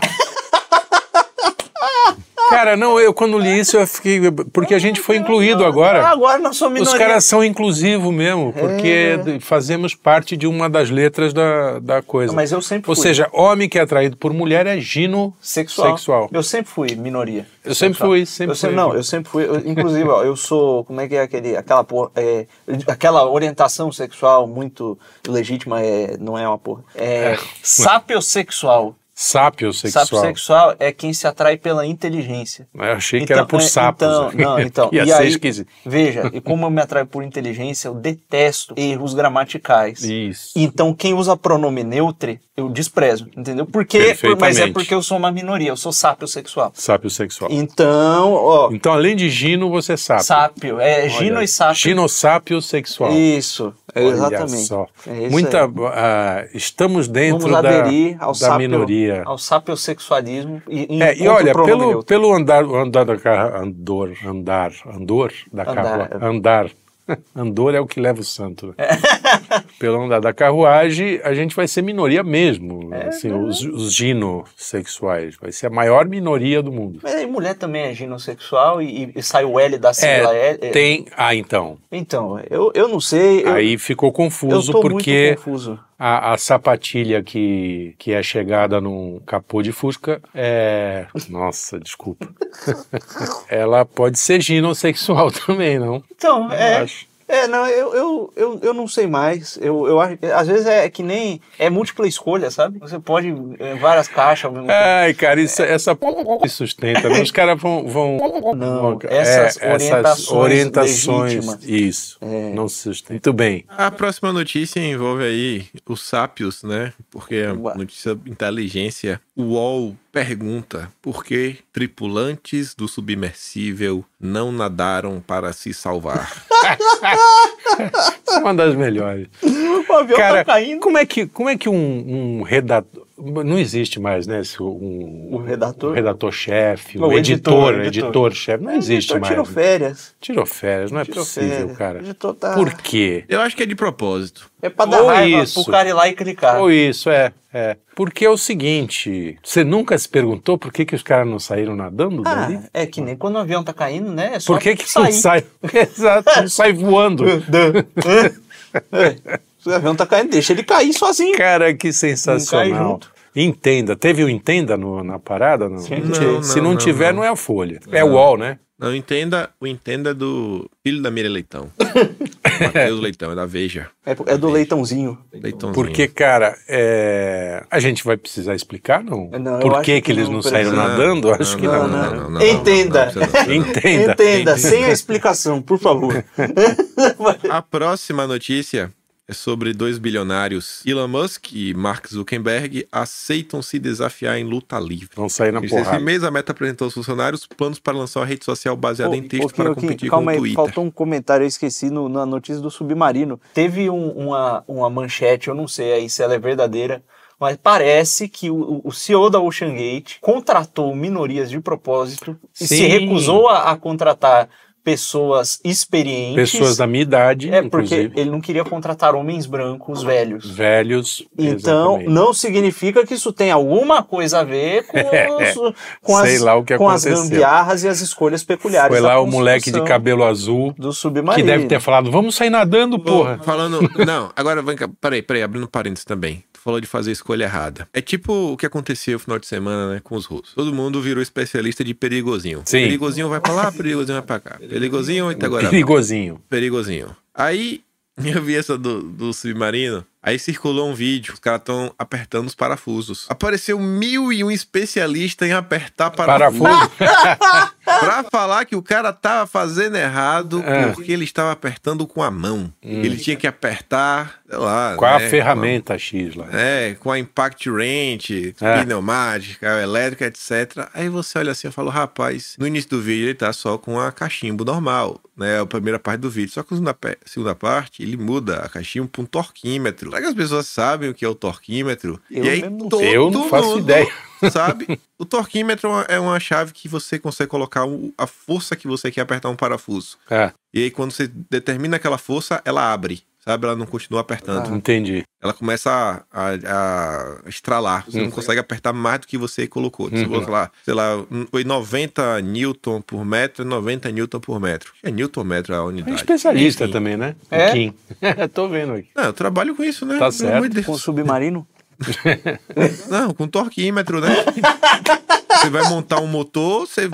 B: Cara, não, eu quando li isso eu fiquei. Porque a gente foi incluído
C: Ah,
B: agora.
C: agora nós somos
B: Os
C: minoria. É, né?
B: caras são inclusivos mesmo, porque fazemos parte de uma das letras da, da coisa.
C: Mas eu sempre
B: Ou
C: fui.
B: seja, homem que é atraído por mulher é gino
C: Sexual.
B: sexual.
C: Eu sempre fui minoria.
B: Eu sempre
C: Sexual.
B: fui, sempre
C: eu sempre,
B: fui.
C: Não, eu sempre fui. eu- inclusive, ó, eu sou. Como é que é aquele, aquela porra. é, aquela orientação sexual muito legítima, é, não é uma porra. É, sapiosexual.
B: Sápio sexual.
C: Sápio sexual é quem se atrai pela inteligência.
B: Eu achei que era por
C: é,
B: sapos. né?
C: Então,
B: [LAUGHS]
C: não, então.
B: Ia
C: e
B: ser
C: aí,
B: esquisito.
C: Veja,
B: [LAUGHS]
C: e como eu me atraio por inteligência, eu detesto erros gramaticais.
B: Isso.
C: Então, quem usa pronome neutre, eu desprezo, entendeu? Porque, por- mas é
B: Perfeitamente.
C: porque eu sou uma minoria, eu sou sápio sexual.
B: Sápio sexual.
C: Então, ó,
B: Então, além de gino, você é sápio.
C: sápio, é gino e sápio.
B: Ginossápio sexual.
C: Isso, é
B: Olha
C: exatamente.
B: só.
C: É isso
B: Muita,
C: aí.
B: ah, estamos dentro
C: Vamos
B: da,
C: aderir ao,
B: da
C: sápio,
B: minoria.
C: ao sapiosexualismo e, e,
B: É, e
C: contra o
B: olha,
C: pronome
B: pelo,
C: neutro.
B: pelo andar, andar da carro, andor, andar, andor da
C: Andar. é.
B: carruagem, andar, [LAUGHS] andor é o que leva o santo.
C: [LAUGHS]
B: né? pelo andar da carruagem, a gente vai ser minoria mesmo,
C: É
B: assim, os, os ginossexuais, vai ser a maior minoria do mundo.
C: Mas aí mulher também é ginossexual e, e- e sai o L da sigla L. é-
B: tem, ah, então,
C: Então, eu, eu não sei. Eu,
B: aí ficou
C: eu
B: confuso
C: tô
B: porque
C: muito confuso.
B: A, a sapatilha que, que é chegada num capô de Fusca é. Nossa,
C: [LAUGHS]
B: desculpa. Ela pode ser ginossexual [LAUGHS] também, não?
C: Então, é.
B: acho.
C: É, não, eu, eu, eu, eu não sei mais. Eu, eu acho, às vezes é que nem. É múltipla escolha, sabe? Você pode. É, várias caixas. ao mesmo
B: Ai, cara, isso,
C: É.
B: essa p me sustenta. né? Os caras vão. vão,
C: um, Não,
B: vão-
C: essas orientações
B: é, orientações,
C: legítimas. É.
B: Isso. Não se sustenta. Muito bem.
A: A próxima notícia envolve aí os sápios, né? Porque é
C: Ué.
A: notícia de inteligência. O UOL pergunta por que tripulantes do submersível não nadaram para se
C: [LAUGHS]
A: salvar.
B: Isso é uma das melhores.
C: tempo. O avião
B: Cara,
C: tá caindo.
B: como é que, como é que um, um redator. não existe mais, né? esse- Um,
C: O redator?
B: um redator-chefe,
C: Não,
B: um
C: o editor,
B: editor,
C: o editor.
B: editor-chefe. Não
C: O
B: existe
C: É, editor
B: mais.
C: tirou
B: né?
C: férias.
B: Tirou férias, não é
C: Tirou
B: possível,
C: férias.
B: cara.
C: O editor tá-
B: Por quê?
A: Eu acho que é de propósito.
C: É pra dar
B: Ou
C: raiva
B: isso.
C: pro cara ir lá e clicar.
B: Ou isso, é, é. Porque é o seguinte, você nunca se perguntou por que, que os caras não saíram nadando
C: Ah,
B: dali?
C: é que nem quando o avião tá caindo, né? É só
B: Por que, que não
C: sair.
B: sai? [LAUGHS] Exato, não sai
C: [LAUGHS]
B: voando.
C: É. O avião tá caindo, deixa ele cair sozinho.
B: Cara, que
C: Não cai
B: sensacional.
C: junto.
B: Entenda, teve o Entenda no- na parada? Não?
C: Sim.
B: Não,
A: Não,
B: Se
A: não,
B: não,
A: não,
B: tiver,
A: não.
B: não é a Folha. É o UOL, né?
A: Não entenda o entenda do filho da Mira
C: [LAUGHS]
A: Leitão. Matheus Leitão, é da Veja.
C: É, é do leitãozinho.
A: Leitãozinho.
B: Porque, cara, é, a gente vai precisar explicar, não?
C: Não, eu
B: Por
C: acho
B: que,
C: que
B: que eles
C: não
B: não, saíram
C: precisa.
B: nadando? acho que
C: não,
B: não.
C: não.
B: né?
C: Entenda.
A: não, não,
B: [LAUGHS]
A: não, não.
B: Entenda.
C: Entenda, sem a explicação,
A: [LAUGHS]
C: por favor.
A: A próxima notícia é sobre dois bilionários, Elon Musk e Mark Zuckerberg, aceitam se desafiar em luta livre.
B: Não sair na
A: Eles- Esse
B: porrada.
A: mês a Meta apresentou aos funcionários planos para lançar uma rede social baseada em texto
C: Ô,
A: para
C: Quinho,
A: competir
C: Quinho,
A: com
C: calma
A: o
C: aí,
A: Twitter.
C: faltou um comentário, eu esqueci no- na notícia do Submarino. Teve um- uma, uma manchete, eu não sei aí se ela é verdadeira, mas parece que o, o CEO da OceanGate contratou minorias de propósito e se
B: Sim.
C: recusou a, a contratar pessoas experientes.
B: Pessoas da minha idade,
C: É, porque
B: inclusive.
C: ele não queria contratar homens brancos velhos.
B: Velhos.
C: Então,
B: exatamente.
C: não significa que isso tem alguma coisa a ver
B: [LAUGHS]
C: com, os- com
B: É, Sei
C: as,
B: lá o que
C: com as
B: aconteceu.
C: gambiarras e as escolhas peculiares.
B: Foi
C: da
B: lá o moleque de
C: construção
B: cabelo azul
C: do
B: que
C: submarino.
B: deve ter falado: vamos sair nadando, porra.
A: Falando. Não, agora vem cá. Peraí, peraí, abrindo parênteses também. Tu falou de fazer escolha errada. É tipo o que aconteceu no final de semana, né, com os russos. Todo mundo virou especialista de perigosinho.
B: Sim.
A: Perigosinho vai pra lá, perigosinho vai pra cá. Perigosinho até agora.
B: Perigosinho.
A: Perigosinho. Aí [LAUGHS] eu vi essa do, do submarino. Aí circulou um vídeo, os caras estão apertando os parafusos. Apareceu mil e um especialista em apertar parafuso.
B: Parafuso.
A: [LAUGHS]
B: [LAUGHS]
A: Pra falar que o cara tava fazendo errado
B: É. Hum.
A: porque ele estava apertando com a mão. Ele tinha que apertar, sei lá.
B: Com a
A: né,
B: ferramenta X lá.
A: com a- É, com a impact wrench,
B: É.
A: pneumática, elétrica, etc. Aí você olha assim e fala, rapaz, no início do vídeo ele tá só com a cachimbo normal, né? A primeira parte do vídeo. Só que na pe- segunda parte ele muda a cachimbo pra um torquímetro. Será que as pessoas sabem o que é o torquímetro?
C: Eu
A: e aí
C: mesmo não
A: todo
B: Eu não faço
A: mundo
B: ideia.
A: [LAUGHS] sabe? O torquímetro é uma- é uma chave que você consegue colocar o- a força que você quer apertar um parafuso.
B: É,
A: E aí, quando você determina aquela força, ela abre, sabe? Ela não continua apertando.
B: Ah, entendi. É
A: Ela começa a, a- a estralar. Você
B: Uhum.
A: não consegue apertar mais do que você colocou. Se você colocar lá, sei lá, um- foi 90 newton por metro, é 90 newton por metro. É newton metro a
B: É
A: unidade.
B: especialista
A: Enfim.
B: também, né? O
C: É?
B: Kim. [LAUGHS] Tô vendo aqui.
A: Não, eu trabalho com isso, né?
B: Tá
A: Pelo amor de
B: certo.
A: Deus.
C: Com o submarino?
A: Não, com torquímetro, né?
B: [LAUGHS]
A: você vai montar um motor, você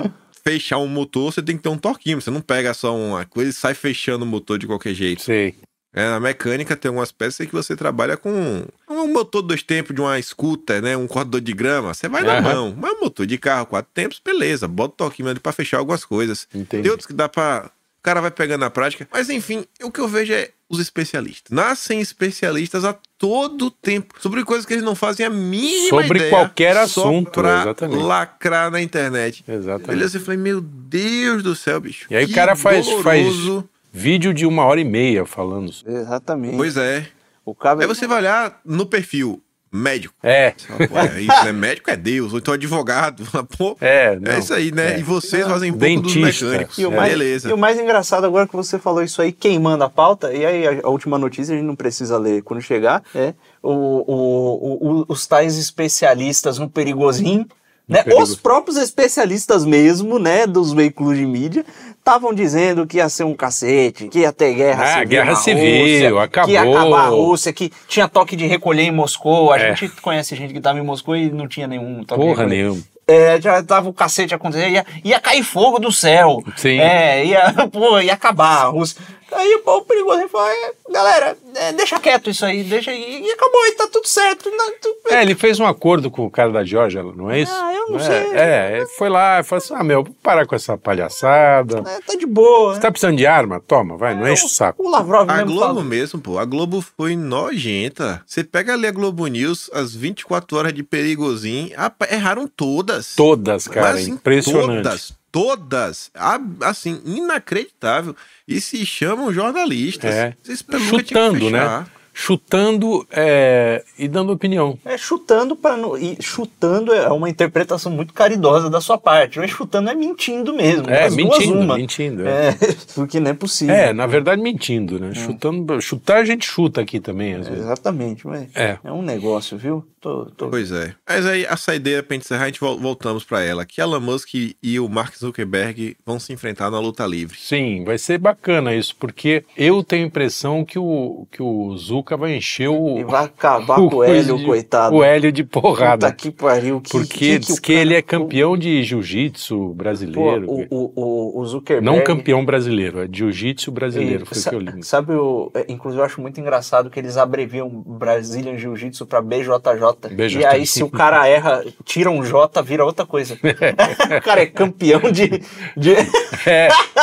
A: fechar um motor, você tem que ter um torquímetro. Você não pega só uma coisa e sai fechando o motor de qualquer jeito.
B: Sei.
A: É, na mecânica tem algumas peças que você trabalha com um motor dois tempos de uma scooter, né? Um cortador de grama, você vai na
B: Aham.
A: mão. Mas um motor de carro, quatro tempos, beleza. Bota o torquímetro pra fechar algumas coisas.
B: Entendi.
A: Tem outros que dá pra... O cara vai pegando na prática. Mas enfim, o que eu vejo é os especialistas. Nascem especialistas a todo tempo. Sobre coisas que eles não fazem a mínima
B: Sobre
A: ideia,
B: qualquer
A: só
B: assunto,
A: pra
B: exatamente.
A: lacrar na internet.
B: Exatamente.
A: Beleza, eu falei, meu Deus do céu, bicho.
B: E aí
A: que
B: o cara faz, faz
A: doloroso.
B: vídeo de uma hora e meia falando. sobre- um
C: Exatamente.
A: Pois é.
C: O cara...
A: Aí você vai olhar no perfil médico.
B: É,
A: Você fala, Pô, é isso, né? Médico é Deus, ou então advogado. [LAUGHS] Fala, Pô, é,
B: é. Não.
A: isso aí, né?
B: É.
A: E vocês fazem pouco
B: Dentista.
A: dos mecânicos.
C: E o,
B: É.
C: mais,
A: Beleza.
C: e o mais engraçado agora que você falou isso aí, queimando a pauta, e aí a, a última notícia a gente não precisa ler quando chegar, é o, o- o- o- os tais especialistas no perigosinho, né?
B: perigo-
C: Os próprios especialistas mesmo, né, dos veículos de mídia, estavam dizendo que ia ser um cacete, que ia ter guerra
B: Ah,
C: civil.
B: guerra
C: na
B: civil,
C: Rússia, Que ia
B: acabou.
C: acabar a Rússia, que tinha toque de recolher em Moscou. A
B: É.
C: gente conhece gente que estava em Moscou e não tinha nenhum toque de
B: Porra
C: recolher.
B: nenhuma.
C: É, já tava o cacete acontecendo, ia, ia cair fogo do céu.
B: Sim.
C: É, ia, [LAUGHS] pô, ia acabar. Os... Aí o povo perigoso ele falou, é, galera, é, deixa quieto isso aí, deixa aí. E acabou, e tá tudo certo. não, tu-
B: É, ele fez um acordo com o cara da Georgia, não é isso?
C: Ah, eu
B: é,
C: não sei.
B: É, ele foi lá e falou assim: ah, meu, parar com essa palhaçada.
C: é, tá de boa.
B: Você tá precisando de arma? Toma, vai,
C: É,
B: não enche o saco.
C: O Lavrov
A: A
C: mesmo
A: Globo
C: falou.
A: mesmo, pô. A Globo foi nojenta. Você pega ali a Globo News, as 24 horas de perigozinho, ah, erraram todas.
B: Todas, cara,
A: Mas, assim,
B: impressionante.
A: Todas, todas. Ab- Assim, inacreditável. E se chamam jornalistas.
B: É.
A: Vocês nunca tinham que
B: Chutando, né?
A: fechar.
B: chutando é, e dando opinião.
C: É chutando para não. E chutando é uma interpretação muito caridosa da sua parte. Mas chutando é mentindo mesmo.
B: É,
C: as duas
B: mentindo,
C: uma.
B: mentindo. É.
C: É, [LAUGHS] porque não é possível.
B: É, na verdade, mentindo, né? Chutando, chutar a gente chuta aqui também,
C: É.
B: às vezes.
C: Exatamente, mas
B: É.
C: é. um negócio, viu? Tô, tô...
A: Pois é. Mas aí a saideira pra encerrar, a gente vol- voltamos pra ela. Que Elon Musk e o Mark Zuckerberg vão se enfrentar na luta livre.
B: Sim, vai ser bacana isso, porque eu tenho a impressão que o, que o Zuka vai encher [LAUGHS] o,
C: E vai acabar com o Hélio, coitado.
B: o Hélio de
C: Puta
B: porrada.
C: que pariu. Que,
B: porque
C: que,
B: diz
C: o
B: que ele
C: cara-
B: é campeão de jiu-jitsu
C: Pô,
B: brasileiro.
C: o, o, o, o Zuckerberg.
B: não campeão brasileiro, é jiu-jitsu brasileiro,
C: E
B: foi o
C: sa-
B: que eu
C: [LAUGHS]
B: li.
C: Sabe, o, é, inclusive eu acho muito engraçado que eles abreviam Brazilian Jiu-Jitsu pra BJJ.
B: BJJ.
C: E aí, se o cara erra, tira um J, vira outra
B: [LAUGHS]
C: coisa. o cara é campeão de. de... [LAUGHS]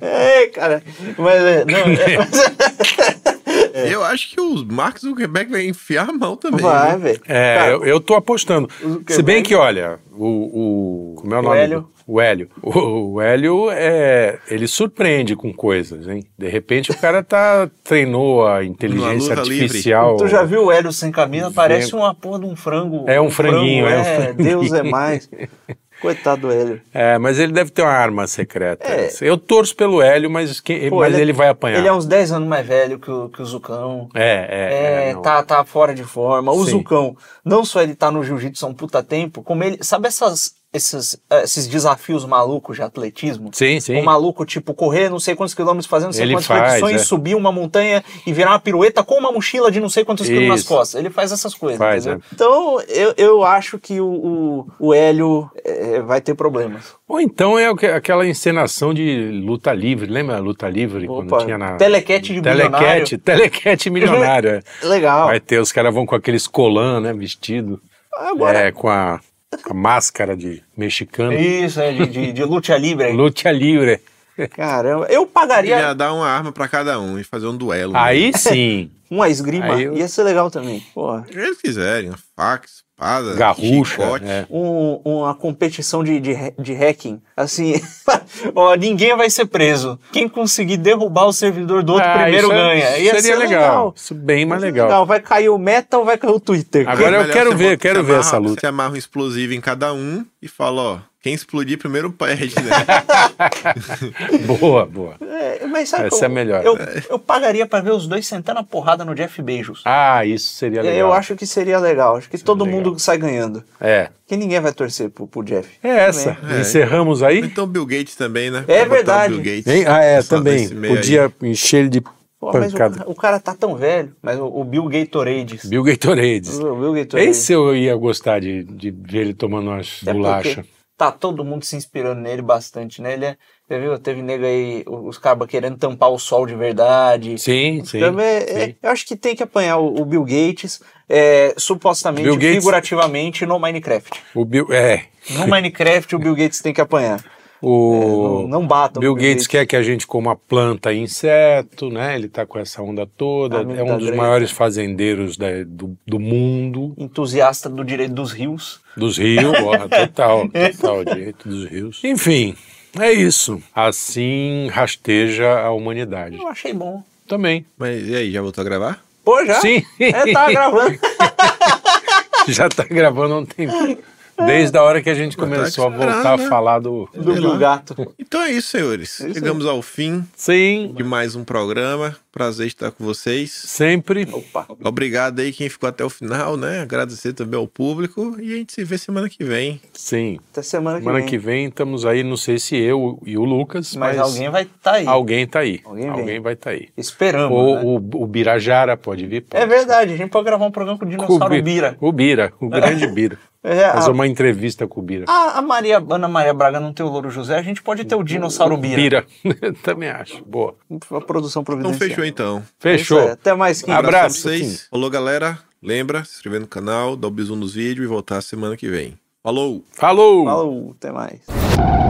B: É,
C: é, cara. Mas, é, não,
B: [LAUGHS]
C: é,
A: Eu acho que o Mark Zuckerberg vai enfiar a mão também.
C: vai,
A: viu?
C: velho.
B: é,
C: Cara,
B: eu, eu tô apostando.
C: Zuckerberg-
B: Se bem que, olha, o. o como é o
C: O
B: nome?
C: Hélio.
B: do- O Hélio. [LAUGHS] O, o Hélio, é, ele surpreende com coisas, hein? De repente o cara tá, treinou a inteligência
A: luta livre.
B: artificial.
C: Tu já viu o Hélio sem camisa? Parece
B: Vem-
C: uma porra de um frango.
B: É um franguinho, é um franguinho.
C: Deus é mais. Coitado do Hélio.
B: É, mas ele deve ter uma arma secreta.
C: É.
B: Eu torço pelo Hélio, mas, que-
C: Pô,
B: mas
C: ele
B: ele,
C: é-
B: vai apanhar.
C: Ele é uns 10 anos mais velho que o, que o Zucão.
B: É, é,
C: É,
B: não.
C: tá, tá fora de forma. O
B: Sim.
C: Zucão, não só ele tá no jiu-jitsu há um puta tempo, como ele. Sabe essas, esses, eh, esses desafios malucos de atletismo?
B: Sim, sim.
C: O maluco, tipo, correr não sei quantos quilômetros, fazer não sei
B: Ele
C: quantas
B: faz,
C: repetições,
B: é.
C: subir uma montanha e virar uma pirueta com uma mochila de não sei quantos quilos nas
B: Isso.
C: costas. Ele faz essas coisas,
B: Faz, é.
C: entendeu? Então, eu, eu acho que o, o, o Hélio eh, vai ter problemas.
B: Ou então é o que- aquela encenação de luta livre, lembra a luta livre
C: Opa,
B: quando tinha na
C: telequete de
B: telequete,
C: milionário.
B: telequete milionário.
C: [LAUGHS]
B: é.
C: Legal.
B: Vai ter os caras vão com aqueles colã, né, vestido,
C: Agora.
B: é, com a, com a máscara de mexicano.
C: Isso, é de, de, de luta livre.
B: Luta livre.
C: Caramba, eu
A: Ele
C: pagaria
A: ia dar uma arma pra cada um e fazer um duelo.
B: Aí
C: [LAUGHS]
B: sim,
C: uma esgrima,
B: Aí eu-
C: ia ser legal também. Porra.
A: O que eles quiserem. Uma faca, espada,
B: garrucha.
A: chicote.
B: é.
C: um- uma competição de, de, ha- de hacking. Assim, [LAUGHS] ó, ninguém vai ser preso. Quem conseguir derrubar o servidor do outro
B: Ah,
C: primeiro
B: isso é-
C: ganha. Ia
B: seria
C: ser
B: legal. Isso bem mais
C: Ia ser
B: legal.
C: Vai cair o Metal, vai cair o Twitter.
B: Agora eu
A: Melhor
B: quero
A: você
B: ver,
A: bota-
B: quero
A: você
B: ver
A: amarra-
B: essa luta.
A: Você amarra um explosivo em cada um e fala, ó, quem explodir primeiro perde, né?
B: [LAUGHS] Boa, boa.
C: [LAUGHS] É, mas sabe
B: Essa
C: que eu,
B: é melhor.
C: Eu, eu pagaria pra ver os dois sentando a porrada no Jeff Beijos.
B: Ah, isso seria legal.
C: eu acho que seria legal. Acho que todo
B: legal.
C: mundo sai ganhando.
B: É.
C: Que ninguém vai torcer pro, pro Jeff.
B: É essa.
A: É.
B: Encerramos aí.
A: Então Bill Gates também, né? Vou
C: É
A: botar o
C: verdade.
A: Bill Gates
B: Hein? Ah, é,
A: nessa-
B: também.
A: nesse meio aí.
B: Podia encher ele de
C: Pô, mas o,
B: pancada.
C: ca- o cara tá tão velho. Mas o, o Bill Gatorades.
B: Bill Gatorades.
C: O Bill Gatorades.
B: Esse eu ia gostar de, de ver ele tomando umas
C: Até
B: bolachas.
C: É porque Tá todo mundo se inspirando nele bastante, né? Ele é, você viu, teve nego aí, o- os cabas querendo tampar o sol de verdade.
B: Sim, sim.
C: Então, é- é-
B: sim.
C: eu acho que tem que apanhar o, o Bill Gates, é, supostamente,
B: Bill Gates-
C: figurativamente, no Minecraft.
B: O Bill, é,
C: No Minecraft, o Bill Gates tem que apanhar.
B: o
C: Não, não batam.
B: Bill Gates quer que a gente coma planta e inseto, né? Ele tá com essa onda toda.
C: A onda
B: é um dos
C: grande.
B: maiores fazendeiros da- do, do mundo,
C: Entusiasta do direito dos rios.
B: dos rios.
C: [LAUGHS]
B: ó, total, total, direito dos rios. Enfim, é isso. Assim rasteja a humanidade.
C: Eu achei bom.
B: Também.
A: Mas e aí, já voltou a gravar?
C: Pô, já?
B: Sim. [LAUGHS]
C: É, tá gravando.
B: Já tá gravando há um tempo.
C: Ah.
B: Desde a hora que a gente começou a voltar a
A: né?
B: falar do.
C: Do
A: Sei
C: Bill
A: lá.
C: Gato.
A: Então é isso, senhores.
C: aí.
A: Chegamos ao fim
B: Sim,
A: de mais um programa. Prazer estar com vocês.
B: sempre.
C: Opa.
A: Obrigado aí quem ficou até o final, né? Agradecer também ao público. E a gente se vê semana que vem.
B: Sim.
C: Até semana que
B: Semana
C: vem.
B: que vem estamos aí, não sei se eu e o Lucas,
C: Mas
B: mas,
C: alguém vai estar aí.
B: alguém tá aí.
C: Alguém
B: Alguém,
C: vem.
B: vai estar aí.
C: Esperamos.
B: Ou
C: né?
B: o, o Birajara pode vir. Pode.
C: É verdade, a gente pode gravar um programa com o
B: Com
C: dinossauro
B: Bi-
C: Bira.
B: O Bira, o grande
C: [LAUGHS]
B: Bira.
C: É, a,
B: Fazer uma entrevista com o Bira.
C: a- a Maria, Ana Maria Braga não tem o Louro José, a gente pode ter o dinossauro Bira.
B: Bira. [LAUGHS] Também acho. Boa.
C: A produção
A: Então
C: providencial.
A: fechou então.
B: Fechou.
C: É Isso aí, Até mais, Kim.
A: Um
B: Abra- Abraço,
A: a vocês.
B: Kim.
A: Falou, galera. Lembra, se inscrever no canal, dar o bisu nos vídeos e voltar semana que vem. Falou!
B: Falou.
C: Falou, até mais.